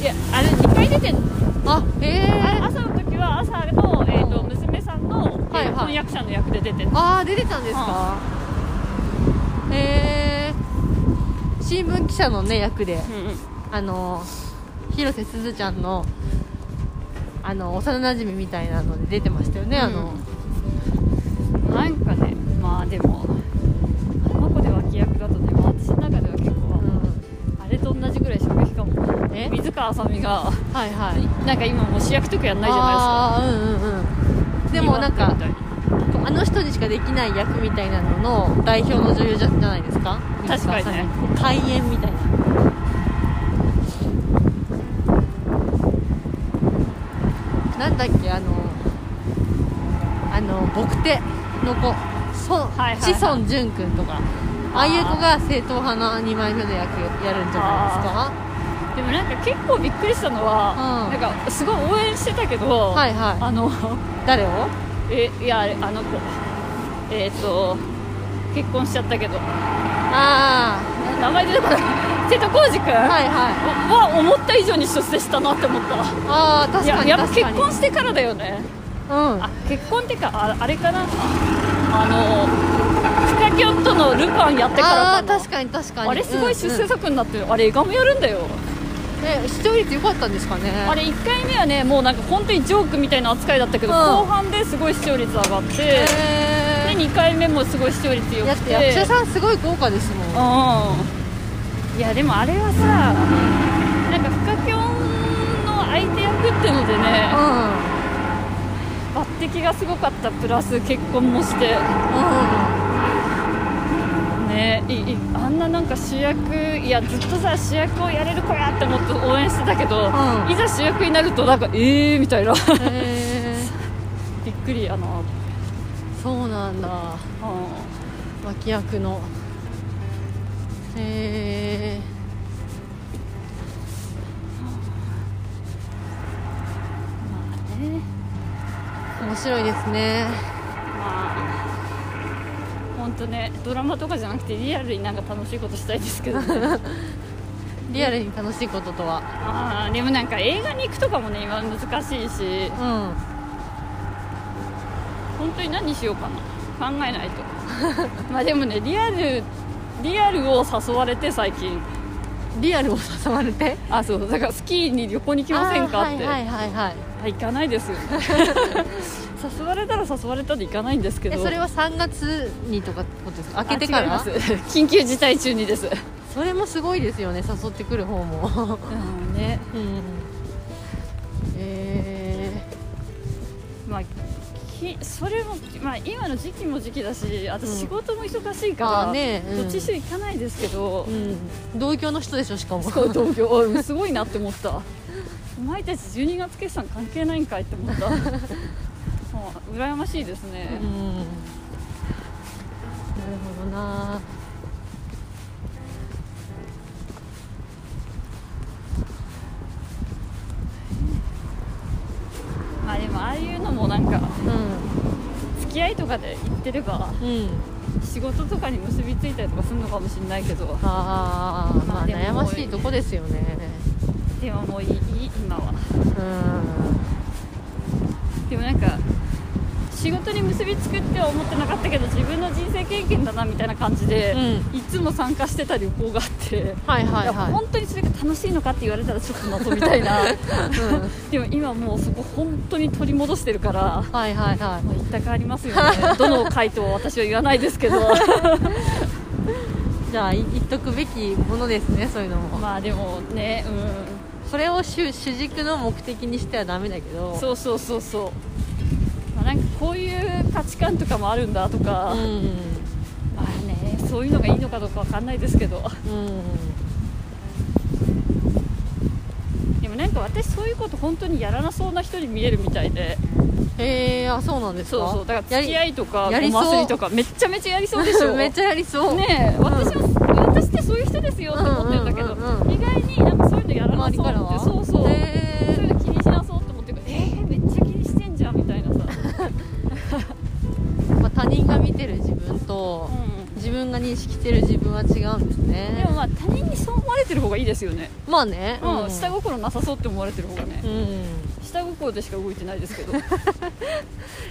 いやあれ2回出てんの
あへ
あれ
え
朝の時は朝の、えー、と
うん
娘さんの、えー
はいはい
婚約者の役で出てて
ああ出てたんですかへえ新聞記者のね役で
うんうん
あの広瀬すずちゃんのあの幼なじみみたいなので出てましたよね、あの
なんかねまあでもあの子で脇役だとね私の中では結構、
う
あれと同じぐらい衝撃かも
んえ
水川あさみが
はいはい
なんか今もう主役とかやんないじゃな
あーうんうんうん
いですか
でもなんか
二番手み
あの人にしかできない役みたいなのの代表の女優じゃじゃないですか
確かにね
開演みたいななんだっけあのあの僕手の子そ、
はいはいはい
志尊淳君とかああいう子が正統派な2枚目の役やるんじゃないで
たいなでもなんか結構びっくりしたのは、
うん
なんかすごい応援してたけど、
すかはいはい
あの
誰を
えいやあれあの子えっ、と結婚しちゃったけど
あ
名前出てこない瀬戸康史君
あはいはい
は思った以上に出世したなって思った
ああ確
いや
かに
やっぱ
確
結
かに
婚してからだよね
うん
あ結婚ってかああれかなあのフカキョットのルパンやってから
ああー
かな
確かに確かに
あれすごい出世
うんうん
作になってる、あれ映画もやるんだよ、
え視聴率良かったんですかね
あれ1回目はねもうなんか本当にジョークみたいな扱いだったけど、
うん
後半ですごい視聴率上がって、
へ
で2回目もすごい視聴率良
ーや
く
ってて役者さんすごい豪華ですもん
うんいやでもあれはさなんかフカキョンの相手役ってのでね
うん
抜擢がすごかったプラス結婚もして
う
ねいいあんななんか主役いやずっとさ主役をやれる子やって思って応援してたけど、
ん
いざ主役になるとなんかえーみたいな (laughs)
んへえ
びっくりやなうん
そうなんだ脇役のへえ
まあね
面白いですね
まあ本当ねドラマとかじゃなくてリアルになんか楽しいことしたいですけどね
リアルに楽しいこととは
あーでもなんか映画に行くとかもね今難しいし
うん
本当に何しようかな考えないと (laughs) まあでもねリアルリアルを誘われて最近
リアルを誘われて
あそうだからスキーに旅行に来ませんかって、
あーはいはいはいはい
あ行かないです
(laughs)
よ誘われたら誘われたで行かないんですけ
え
ど
それは3月にとかってことですか開けてか
あ
ら
違います緊急事態中にです、
それもすごいですよね誘ってくる方も
うんね
(laughs) うんえ
まあきそれも、まあ、今の時期も時期だしあと
うん
仕事も忙しいか
あ
ら、
ーねうん
どっちにしろ行かないですけど、
ーうん同居の人でしょしかも (laughs)
そう東京うんすごいなって思ったお前たち12月決算関係ないんかいって思った (laughs) もう羨ましいですね
う、んなるほどな
まあでもああいうのもなんか
う
付き合いとかで行ってれば
んうん
仕事とかに結びついたりとかするのかもしれないけど
あーま
ま
あ
あでも
悩ましいとこですよね
でももういいいい今は
うん
でもなんか仕事に結びつくっては思ってなかったけど自分の人生経験だなみたいな感じで、いつも参加してた旅行があって、
はいはい
いや
は
本当にそれが楽しいのかって言われたらちょっと謎みたいな
い、うん、
でも今もうそこ本当に取り戻してるから
はいはいはい
もう行ったかあります
(laughs)
よねどの回答は私は言わないですけど
じゃあい言っとくべきものですねそういうのも、
まあでもねう
それを主主軸の目的にしてはダメだけど
んそうそうそうそう、まあ、なんかこういう価値観とかもあるんだとか、
うん
まあねそういうのがいいのかどうかわかんないですけど
うん
でもなんか私そういうこと本当にやらなそうな人に見えるみたいで
へえあそうなんですか
そうそうだから付き合いとか
やり
お祭りとかめっちゃめちゃやりそうでしょ
(laughs) めっちゃやりそう
ねえ
ん
私は私ってそういう人ですよって思ってるんだけど、
うんうんうんうん
意外になんかそういうのやらな
周り
そう
から
って
は
そうそう、
へ
そういうの気にしなそうって思ってるからえー、めっちゃ気にしてんじゃんみたいなさ、
え、まあ、他人が見てる自分と
う
自分が認識してる自分は違うんです
ん、で
ね
もまあ他人にそう思われてる方がいいですよね、
まあね
うん、下心なさそうって思われてる方がね
う、ん
下心でしか動いてないです
(laughs)
けど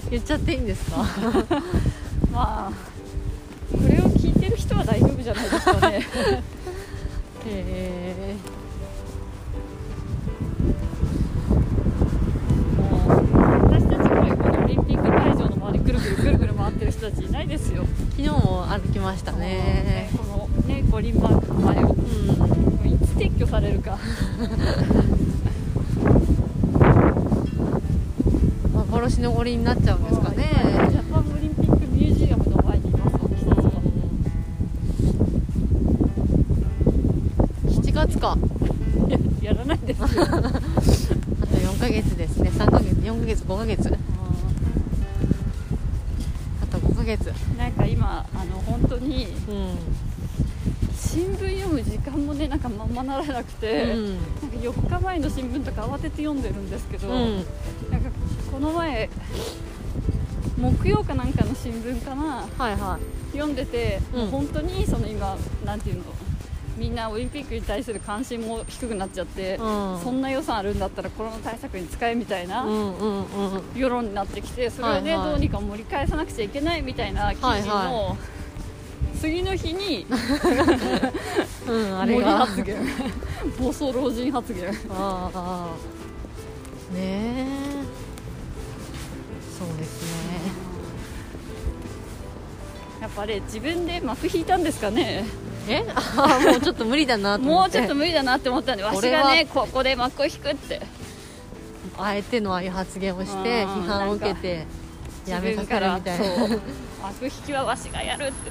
言っちゃっていいんですか
まあこれを聞いてる人は大丈夫じゃないですか
(laughs)
ね
へえ
もう私たちぐらいこのオリンピック会場の周りぐるぐるぐるぐる回ってる人たちいないですよ
昨日も歩きましたね
このね五輪パークの前を
うん
いつ撤去されるか
幻の五輪になっちゃうんですか
ジ
ね
ャパンオリンピックミュージアムの前にいます私たちは
7月か
いややらないですよ
あと4ヶ月ですね3ヶ月4ヶ月5ヶ月あと5ヶ月
なんか今あの本当に
うん
新聞読む時間もねなんかまんまならなくて、なんか4日前の新聞とか慌てて読んでるんですけど、
うん
なんかこの前木曜かなんかの新聞かな
はいは
読んでて、
うん
本当にその今なんていうのみんなオリンピックに対する関心も低くなっちゃって、
うん
そんな予算あるんだったらコロナ対策に使えみたい
い
な、
うんうんうん
世論になってきてそれをね、
はいはい
どうにか盛り返さなくちゃいけないみたいな記事の、
はいは
次の日に
うん (laughs) あれ
森
が
発言 (laughs) 暴走老人発言
ああああねえそうですね
やっぱあれ自分で幕引いたんですかね
え (laughs) あもうちょっと無理だなと
も
思っ
うち
て
ょっと無理だなって思ったんでわしがねここで幕を引くって
あえてのああいう発言をして
うん
批判を受けてやめさせるみた
自分から
いな
そう幕引きはわしがやるって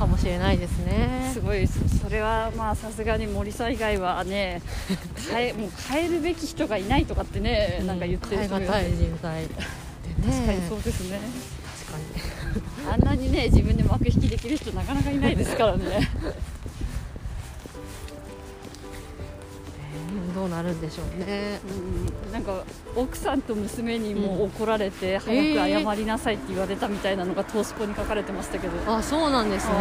かもしれないですね
すごいそれはまあさすがに森さん以外はね変えもう変えるべき人がいないとかってね、なんか言ってる人
が
が
た
い
い
る
人材でね
確かにそうですね
確かに
あんなにね自分で幕引きできる人なかなかいないですからね
うんどうなるんでしょうね
うんなんか奥さんと娘にも怒られて、早く謝りなさいって言われたみたいなのが投資ポに書かれてましたけど、
あそうなんですね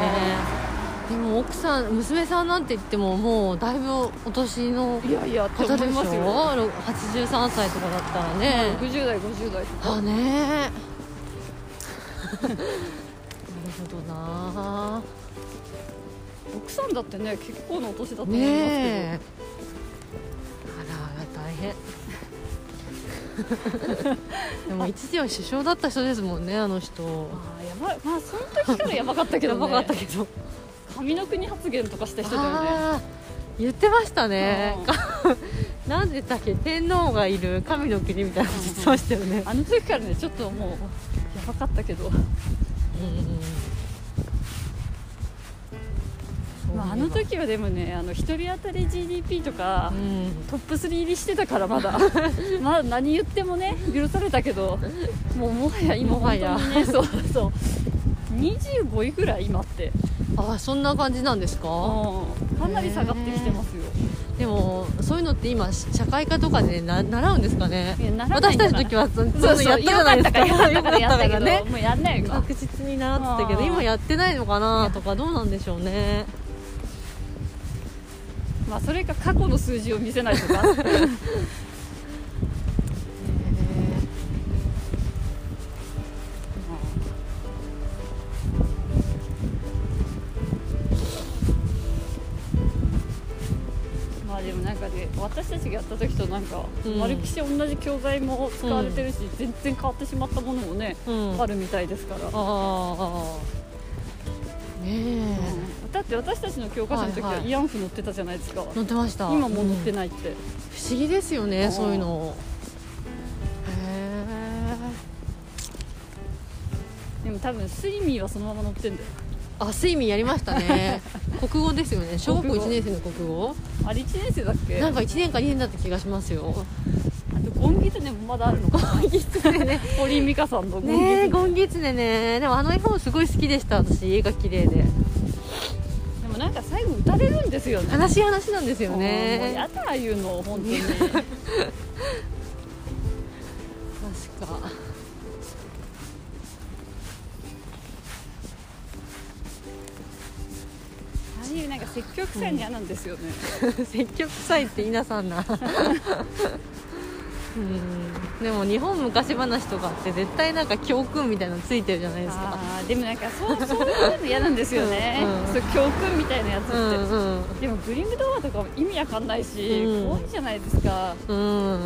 でも奥さん娘さんなんて言ってももうだいぶお年の
いやいやって思
方で
い
しょ
ますよ
83歳とかだったらね
60代50代とか
あねえ
(laughs)
なるほどな
奥さんだってね結構なお年だと思いますけど、
ねえあら大変 (laughs) でも一時は首相だった人ですもんねあ
(laughs)
の人
あーやばいまあその時からやばかったけど、ね、
やばかったけど
神の国発言とかした人だよね
あー言ってましたね
うん
かなんでだっけ天皇がいる神の国みたいなこと言ってましたよね
あの時からねちょっともうやばかったけど、まあ、あの時はでもねあの一人当たり GDP とか、
うん
トップ3入りしてたからまだ (laughs) まだ何言ってもね許されたけどもうもはや今
もはや
本当にねそうそう25位ぐらい今って
あそんな感じなんですか
うんかなり下がってきてますよ
でもそういうのって今社会科とかでな習うんですかね
いや習わない
私
んじ
た
ゃ
ちの
ない
時はそ
そ
そうう
そう
いうのやったじゃないですか
良かったからやったけど、
ね
もうやんないよ今
確実に習ってたけど
うん
今やってないのかなとかどうなんでしょうね
まあそれか過去の数字を見せないとかまあでもなんかね私たちがやった時となんか、
うん
丸きし同じ教材も使われてるし、全然変わってしまったものもね、
うん
あ
あ
るみたいですから、
あねえ
だって私たちの教科書の時は
はいはい
慰安婦載ってたじゃないですか、
乗ってました
今もう載って
うん
ないって、
不思議ですよね
ん
そういうのへえ
でも多分スイミーはそのまま載ってんだよ
あ睡眠やりました (laughs) ね国語ですよね小学校
国語
1年生の国語
あれ1年生だっけ
な
あ
んか1年か2年だった気がしますよ
とゴンギツネもまだあるのかゴンギツネね堀井美香さんのゴンギツ
ね
ネ、
えゴンギツネねでもあの絵本すごい好きでした私絵が綺麗で
でもなんか最後打たれるんですよね
悲しい話なんですよ
もうや
ね
だああいうの本当に
確か
ああいうなんか積極臭いの嫌なんですよね、
(laughs) 積極臭いって稲さ (laughs) んなうんでも日本昔話とかって絶対なんか教訓みたいなのついてるじゃないですか
あーでもなんかそうそういうの嫌なんですよね
うん
そう教訓みたいなやつって、
うん
でもグリム童話とかも意味わかんないし、
うん
怖いじゃないですか
うんうん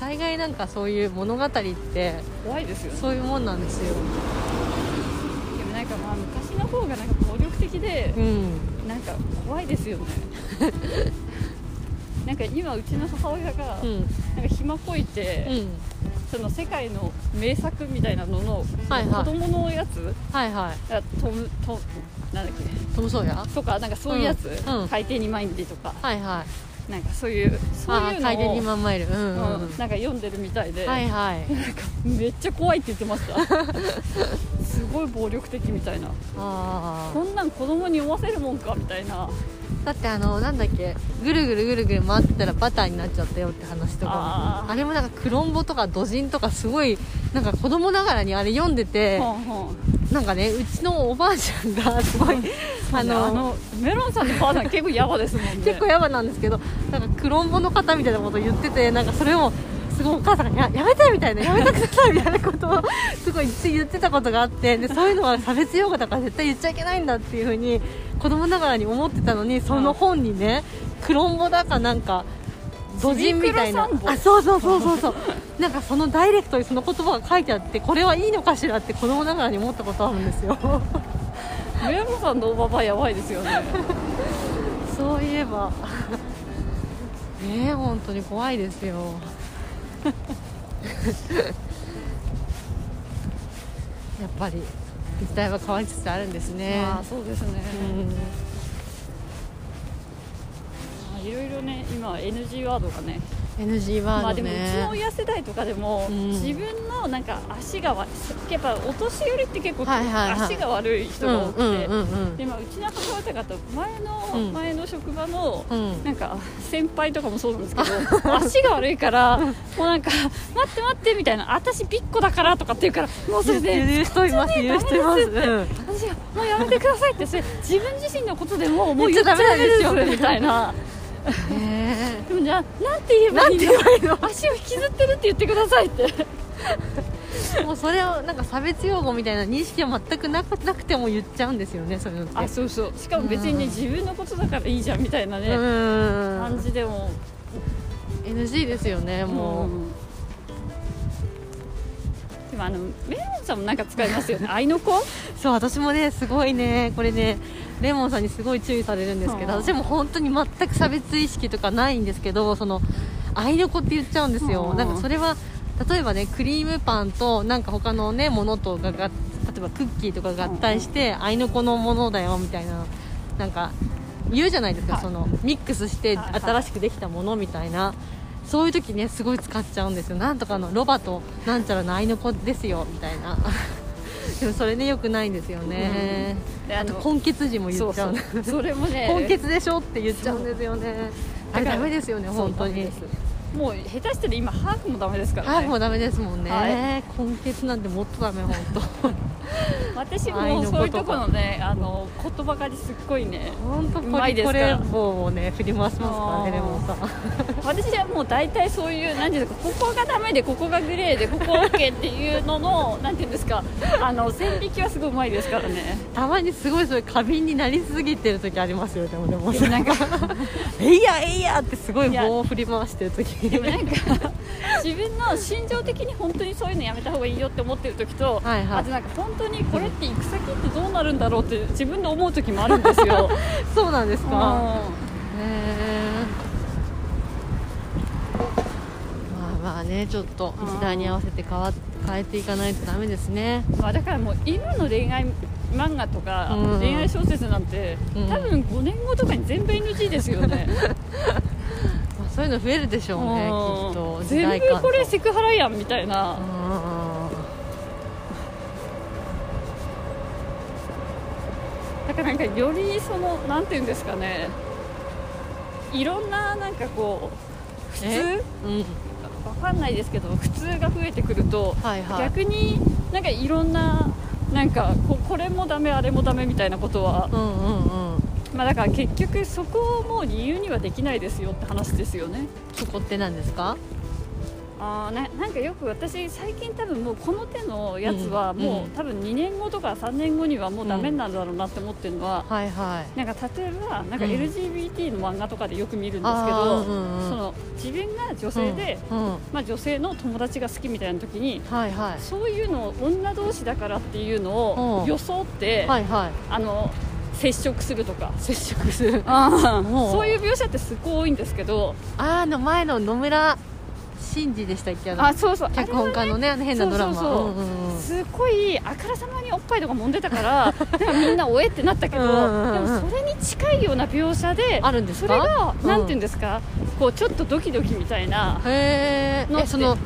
大概なんかそういう物語って
怖いですよね
そういうもんなんですよ
でもなんかまあ昔の方がなんか暴力的で
う、ん
なんか怖いです
(laughs)
よねなんか今うちの母親が、
うん
なんか暇っぽいって、
うん
その世界の名作みたいなのの、
はいはい
子供のやつ
はいはい
あトムトムなんだっけ
トム・ソーヤは
とかなんかそういうやつ、
うんうん
海底にマインディとか
いはい
なんかそういうそう
あ
い
あ
う
海底
のを
にまんまいるうん、うん
う
うん
ん、なんか読んでるみたいで、
はいはい
めっちゃ怖いって言ってました (laughs) すごい暴力的みたいな
あ
こんなん子供に読ませるもんかみたいな
ーだってあのなんだっけぐるぐるぐるぐる回ってたらバターになっちゃったよって話とかも
あ
あ
ー
れもなんかクロンボとかドジンとかすごいなんか子供ながらにあれ読んでて
ほんほん
なんかねうちのおばあちゃんがすごいあ
あの
の
あのメロンさんのばあさん結構ヤバですもんね
結構やばなんですけどなんかクロンボの方みたいなこと言っててなんかそれをすごいお母さんがややめてみたいなやめてくださいみたいなことをすごい言ってたことがあってでそういうのは差別用語だから絶対言っちゃいけないんだっていうふうに子供ながらに思ってたのにその本にねクロンボだかなんか土人みたいな
シンクロ三本
あそうそうそうそうそうなんかそのダイレクトにその言葉が書いてあってこれはいいのかしらって子供ながらに思ったことあるんですよ
メロンさんのおばばやばいですよね
そういえばねえ本当に怖いですよやっぱり時代は変わりつつあるんですね、
まあそうですね、
うん
まあいろいろね今 NG ワードがね
NG ワ
まあ
ー
で
ド
もうち
ね
の、親世代とかでも、
うん
自分のなんか足がわやっぱお年寄りって結構、
はいはいはい
足が悪い人が多くて、
うんうんうん
でまあうちの母親とかと前の、
うん
前の職場の、
うんうん
なんか先輩とかもそうなんですけど足が悪いからもうなんか「待って待って」みたいな「私ピッコだから」とかって言うからもうそれで
許しといます
ダメ
許
です
しといます、うん
私が「もうやめてください」ってそれ自分自身のことでももう
言
言っ
っち
ちゃ
ゃ
ダ
ダ
メ
メ
です
なんですよ
みたいな
ね
でもじゃあなんて言えばいいの足を引きずってるって言ってくださいって
えもうそれをなんか差別用語みたいな認識は全くなくなくても言っちゃうんですよねそういうのって
あそうそうしかも別にね
うん
自分のことだからいいじゃんみたいな
う
ね感
ん
じでも
NG ですよねもう、
んでもあのメロンさんもなんか使いますよ
(laughs)
ね愛の子
そう私もねすごいねこれねレモンさんにすごい注意されるんですけど
あー
私も本当に全く差別意識とかないんですけどその愛の子って言っちゃうんです
あ
よ
ー
なんかそれは例えばねクリームパンとなんか他のねものとかが例えばクッキーとか合体して愛の子のものだよみたいななんか言うじゃないですか、
はい
そのミックスして
はいはい
新しくできたものみたいなそういう時ねすごい使っちゃうんですよなんとかのロバとなんちゃらの愛の子ですよみたいな (laughs) でもそれねよくないんですよね、
であ
あと根血児も言
そう
っちゃ
そうう
の
それもね
(laughs) 根血でしょって言っちゃうんですよねあれ
だから
ダメですよね
そう
本当に
ダメですもう下手したら今ハーフもダメですから
はい
ね、
もうダメですもんね、
はい
根血なんてもっとダメ本当
(laughs) 私
愛
も
の子とか
そういうとこのねあの言葉狩りすっごいね
本当
う
ポ
まいで
リ
す
コ
から
レ棒をね振り回しますから
あー
ねレモンさん
(laughs) 私はもう大体そういう何ていうんですかここがダメでここがグレーでここ OK っていうのの何ていうんですかあの線引きはすごいうまいですから
(laughs)
ね
たまにすごいそれ過敏になりすぎてる時ありますよでもでも
でもなんか
え (laughs) いやえいやってすごい
いや
棒を振り回してる時
でもなんか (laughs) 自分の心情的に本当にそういうのやめた方がいいよって思ってる時と、
はいはい
あとなんか本当にこれって行く先ってどうなるんだろうって自分で思う時もあるんですよ
(laughs) そうなんです
うん
かへーまあまあねちょっと時代に合わせて変わっ変えていかないとダメですね
まあだからもう今の恋愛漫画とか
うん
恋愛小説なんて、
うん
多分5年後とかに全部 NG ですよね
まあ、そういうの増えるでしょうねき
うん
っと時
全
代
部
感
これセクハラやんみたいな
うんうんうん
だからなんかよりそのなんていうんですかねいろんななんかこう普
え
通
うん
わかんないですけど普通が増えてくると、
はいはい
逆になんかいろんななんかここれもダメあれもダメみたいなことは、
うんうんうん
まあ、だから結局そこをもう理由にはできないですよって話ですよね。
そこって何ですか
あーななんかよく私最近多分もうこの手のやつは
うん
もう、
うん
多分2年後とか3年後にはもうダメになるだろうなって思ってるのは、
はいはい
なんか例えばなんか
うん
LGBT の漫画とかでよく見るんですけ
あ
ど、
ーうんうん
その自分が女性で、
うんうん
まあ、女性の友達が好きみたいな時に
はいはい
そういうのを女同士だからっていうの
う
を
ん
装って、
はいはい
あの接触するとか
接触す
(laughs)
る (laughs) もう
そういう描写ってすごい多いんですけど
あーあの前の野村真二でしたっけあの
あそうそうあれ
脚本家のねあの変なドラマ
そうそうそうん
んん
すごいあからさまにおっぱいとか揉んでたから
(laughs)
だからみんなおえってなったけど
うんうんうん
でもそれに近いような描写で
あるんです
そ
か
れが
うん
なんていうんですか、こうちょっとドキドキみたいな
へー
のっ
え
て
その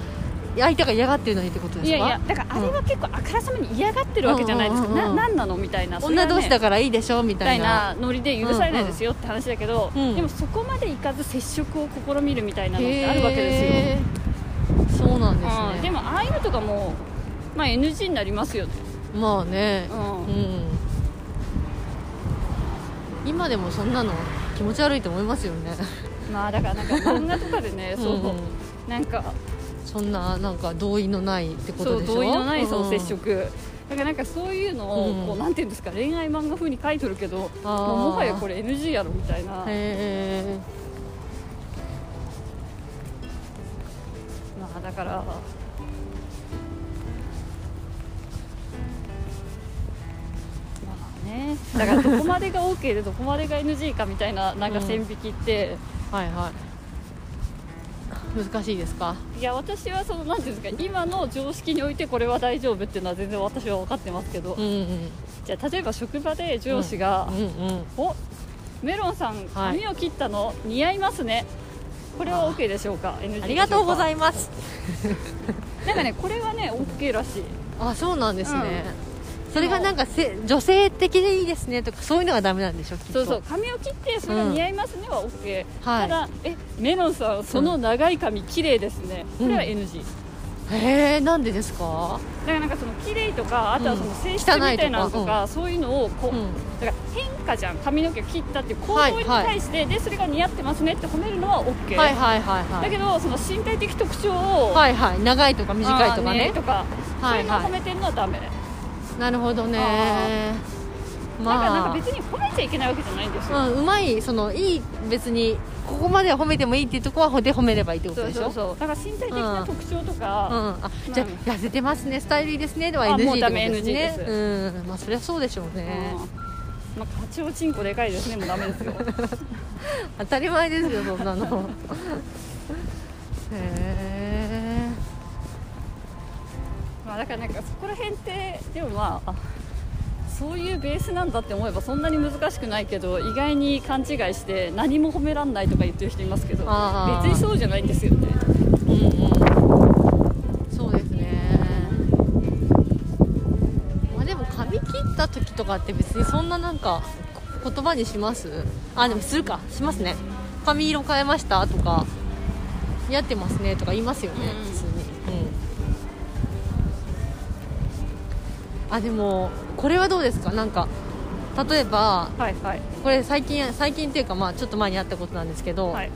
相手が嫌がってるのにってことですか
いやいやだからあれは結構あからさまに嫌がってるわけじゃないですか、
うんうんうんうん
ななんなのみたいなそれは
女
ね
同士だからいいでしょみ
み
た
た
い
い
な
なノリで許されないですよって話だけど、
うんうん
でもそこまでいかず接触を試みるみたいなのっ
へ
て
ー
あるわけですよ、
そうなんです
うん
ね
でもああいうのとかも、まあ、NG になりますよね、
まあね
う
うんん今でもそんなの気持ち悪いと思いますよね
まあだからなんか漫画とかでね (laughs) そう、
んん
なんか
そんななんか同意のないって
そ
こと
う
でしょ
同意のないその接
うん
触、だからなんかそういうのを、
うん
こうなんていうんですか恋愛漫画風に書いとるけど
あー
もうもはやこれ NG やろみたいな、
へ
まあだからまあねだからどこまでが OK
(laughs)
でどこまでが NG かみたいななんか線引きって、
ーはいはい難しいですか
いや私はそのなんていうんですか今の常識においてこれは大丈夫っていうのは全然私は分かってますけど、
うんうん
じゃあ例えば職場で上司が
うんうん
「おメロンさん髪を切ったの、似合いますね」これは OK でしょうか NG
ありがとうござ
い
います
ますなんかねこれはね OK らしい
あそうなんですね、それがなんかせ女性的でいいですねとかそういうのがダメなんでしょきっと
そうそう髪を切ってそれが似合いますねは OK、
は
た
い
だえメロンさんその長い髪綺麗ですね、
うん
これは NG だ
へえんでですか
からなんかその綺麗とかあとはその性質
うん
みたいなのと
汚いとか
か、そういうのをこう、
うん
だから変化じゃん髪の毛を切ったっていう行
は
動に
い
対して、でそれが似合ってますねって褒めるのは OK、
はいはいはいは
だけ
い
どその身体的特徴を、
はいはい長いとか短いと
あ
か
ー
ね
とか、
はい
そう
はい
いうのを褒めてるのはダメ、
なるほどね
だからなん
ま
か
あ
別に褒めちゃいけないわけじゃないんですよ、
うん、うまいそのいい別にここまでは褒めてもいいっていうところはで褒めればいいってこ
そ
と
う
でしょ
そうそうだから身体的な特徴とか、
うん、あじゃあ
うん
痩せてますねスタイルいいですねでは
あ
NG って
も
こ
う
と
ダメ
です
NG
ね
です
うんまあそりゃそうでしょうね、
うんまあ、課長チンコでかいですね、もうダメです
(laughs)
よ。
当たり前ですよそん
(laughs)
なのへ
まあ、だから、なんか、そこら辺って、でも、まあ。あそういうベースなんだって思えば、そんなに難しくないけど、意外に勘違いして、何も褒めらんないとか言ってる人いますけど。別
あー
にそうじゃないんですよね。
えうんうんそうですねまあでも髪切った時とかって別にそんななんかこ言葉にしますあでもするかしますね髪色変えましたとか似合ってますねとか言いますよね、
うん
普通にうんあでもこれはどうですかなんか例えば
はい、はい、
これ最近最近っていうかまあちょっと前にあったことなんですけど、
はい、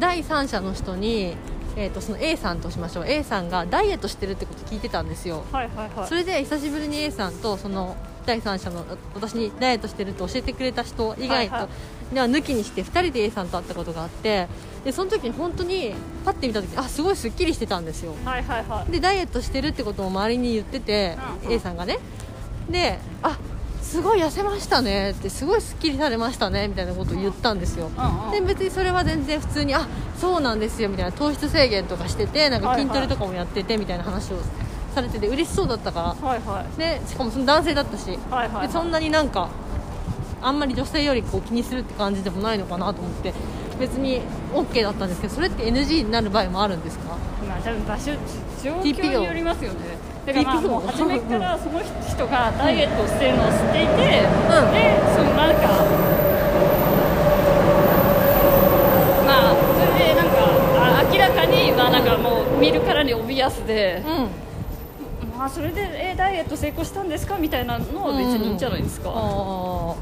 第三者の人に、えー、とその A さんとしましょう A さんがダイエットしてるってこと聞いてたんですよ
はい、はい、はい
そ。れで久しぶりに A さんとその第三者の私にダイエットしてると教えてくれた人以外と、
はいは
では抜きにして2人で A さんと会ったことがあってでその時に本当にパッて見た時あすごいすっきりしてたんですよ
はい、はい、はい。
でダイエットしてるってことを周りに言ってて、
うん
A さんがねであすごい痩せましたねってすごいすっきりされましたねみたいなことを言ったんですよ、
うん、うん。
で別にそれは全然普通にあそうなんですよみたいな糖質制限とかしててなんか筋トレとかもやっててみたいな話をされてて嬉しそうだったから
はいは
でしかもその男性だったし、
いはいはい
でそんなになんかあんまり女性よりこう気にするって感じでもないのかなと思って別に OK だったんですけどそれって NG になる場合もあるんですか
まあ多分場所状
TPO
況によりますよねだからまあ
TPO
もう初めからその人がダイエットをしてるのを知っていて、でそのなんかまあそれでなんかあ明らかにまあなんかもう見るからにビアスで、
うん
まあそれでえダイエット成功したんですかみたいなのは別にいいんじゃないですか、
あ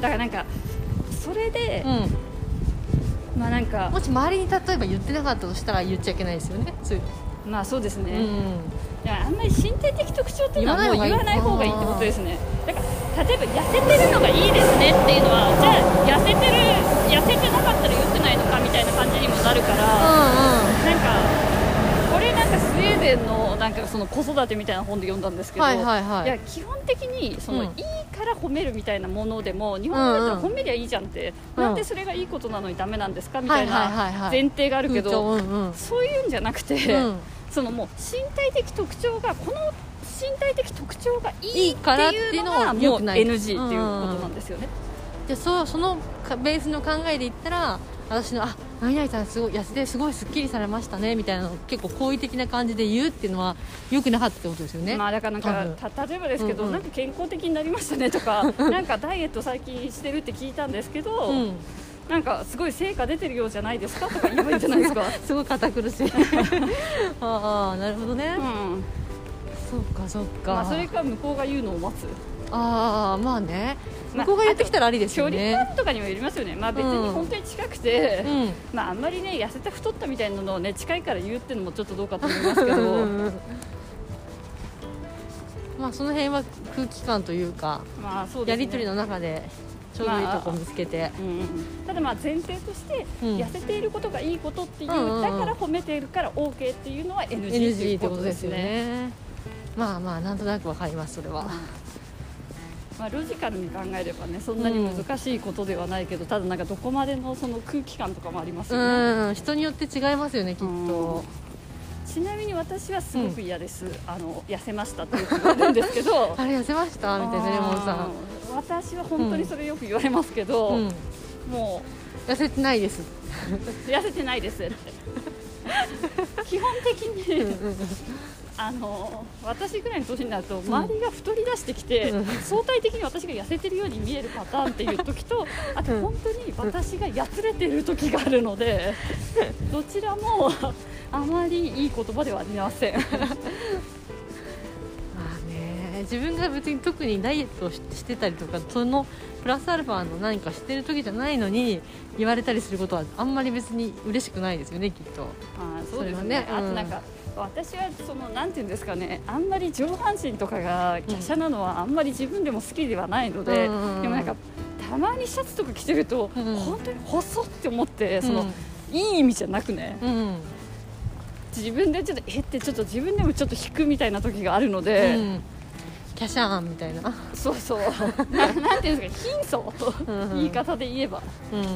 だからなんかそれで
あ、うん
まあなんか
もし周りに例えば言ってなかったとしたら言っちゃいけないですよねそういう
まあそうですね、
うん
いやあんまり身体的特徴っていうのはもう
言
言
わ
わ
な
ないい
方
方
が
が
い
い
い
い
あ
っ
ー
てことですねだから例えば痩せてるのがいいですねっていうのはじゃあ痩せてる痩せてなかったら良くないのかみたいな感じにもなるから、
う
なんかこれなんかスウェーデンのなんかその子育てみたいな本で読んだんですけど、
はいはいはい
や基本的にその、
う
い
ん
いから褒めるみたいなものでも日本語だったら褒めりゃいいじゃんって、
うん
なんでそれがいいことなのにダメなんですかみたい
はいはいはいは
ない前提がある
ん
けど、
うんうん
そういうんじゃなくて。
うん
そのもう身体的特徴がこの身体的特徴が
い
いい
い
っ
からってて
い
い
うう
の
のが
は良
もう
くない
NG っていうことなんですよね。
でそうそのかベースの考えで言ったら私の「あ何々さんすごい痩せてすごいすっきりされましたね」みたいなのを結構好意的な感じで言うっていうのはよくなかったってことですよね、
まあだからな
多
んかた例えばですけど、
うんうん
なんか健康的になりましたねと
(laughs)
かなんかダイエット最近してるって聞いたんですけど、
うん、
なんかすごい成果出てるようじゃないですかとか言えばいいんじゃない
(laughs)
ですか。
すごい堅苦 (laughs) しいああなるほどね、
うん、
そっかそっか、
まあそれか向こうが言うのを待つ。
ああまあね
ま
向
あ
こうがやってきたらありです
距
よ
離
ね、
感とかにもよりますよね。まあ別に本当に近くて、
うん
まああんまりね痩せた太ったみたいなのをね近いから言うってのもちょっとどうかと思いますけど。
まあその辺は空気感というか
まあそうですね。
やり取りの中でちょうどいいとこ見つけて、
ただまあ前提として
うん
痩せていることがいいことっていう、
うんうんうん
だから褒めているから OK っていうのは NG ってい
NG っ
う
て
こ
こと
と
で
ですす
よ
ね。
ねまあまあなんとなくわかりますそれは
まあ、ロジカルに考えればねそんなに難しいことではないけど、ただなんかどこまでのその空気感とかもあります
う
よね。
ん人によって違いますよねきっと
ちなみに私はすごく嫌です、あの痩せましたって言われるんですけど
あれ痩せましたみたい (laughs) なレモンさん
ん私は本当にそれよく言われますけど、
うん
も
痩せてないです
う痩せてない
(laughs)
ですって基本的に、あの私ぐらいの年になると周りが太り出してきて、
うん
相対的に私が痩せてるように見えるパターンっていう時とあと本当に私がやつれてる時があるので
(laughs)
どちらもあまりいい言葉ではありません
まあね自分が別に特にダイエットをししてたりとかそのプラスアルファの何かしてる時じゃないのに言われたりすることはあんまり別に嬉しくないですよねきっと
あーそうです
それは
ね
ねうん
あとなんか私はそのなんていうんですかねあんまり上半身とかが華奢なのはあんまり自分でも好きではないので、
うん
でもなんかたまにシャツとか着てると、
うん
本当に細って思ってその、いい意味じゃなくね、
うん、うん
自分でちょっとえってちょっと自分でもちょっと引くみたいな時があるの
う
で、
ん、キャシャーンみたいな、
そう
(laughs)
そうななんていうんですか貧相と
うんうん
言い方で言えば
うん、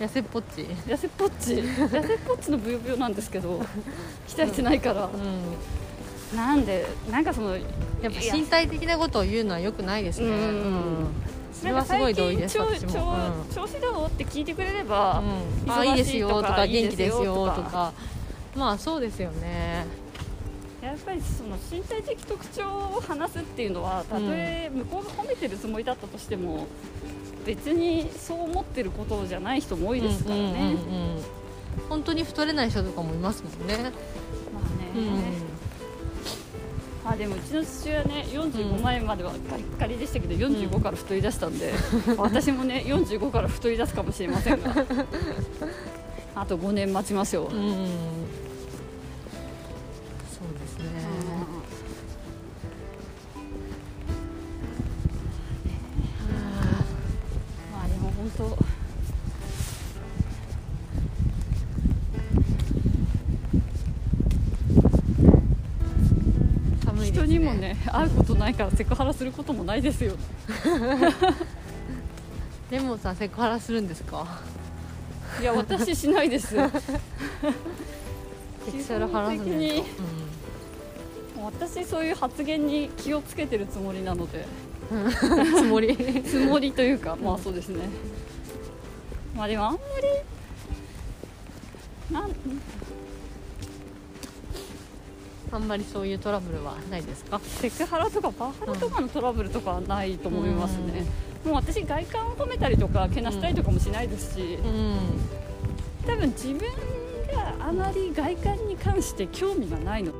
痩せっぽっち、
痩せっぽっち痩せっぽっちのブヨブヨなんですけ
(laughs)
ど鍛えてないから
う、ん、
なんでなんかその
やっぱ身体的なことを言うのは良くないですね、
うん
そ
な
れ
ん
は
か
すご
最
い同意
近
です
調
私も、うん
調調子どうって聞いてくれれば、
うん、
忙
あいいですよとか
いい
元気ですよと
とか
かまあそうですよね
やっぱりその身体的特徴を話すっていうのはたとえ向こうが褒めてるつもりだったとしても、別にそう思ってることじゃない人も多いですからね、
うんうんうんうん本当に太れない人とかもいますもんね、
まあね、まあでもうちの父親ね45前まではガリッガリでしたけど45から太り出したんで、私もね45から太り出すかもしれません
(laughs)
があと5年待ちましょう、
うんうんそうですね、
まあでも本当
寒いです
人にもね会うことないからセクハラすることもないですよ
レモンさんセクハラするんですか
いや私しないです人
セクシャルハラスメント、
基本
もう私そういう発言に気をつけてるつもりなので
うん、つもり
つもりというかまあそうですねまあでもあんまりなん
(laughs) あんまりそういうトラブルはないですか
セクハラとかパワハラとかのトラブルとかはないと思いますね、もう私外観を褒めたりとかけなしたりとかもしないですし、
うん
多分自分があまり外観に関して興味がないの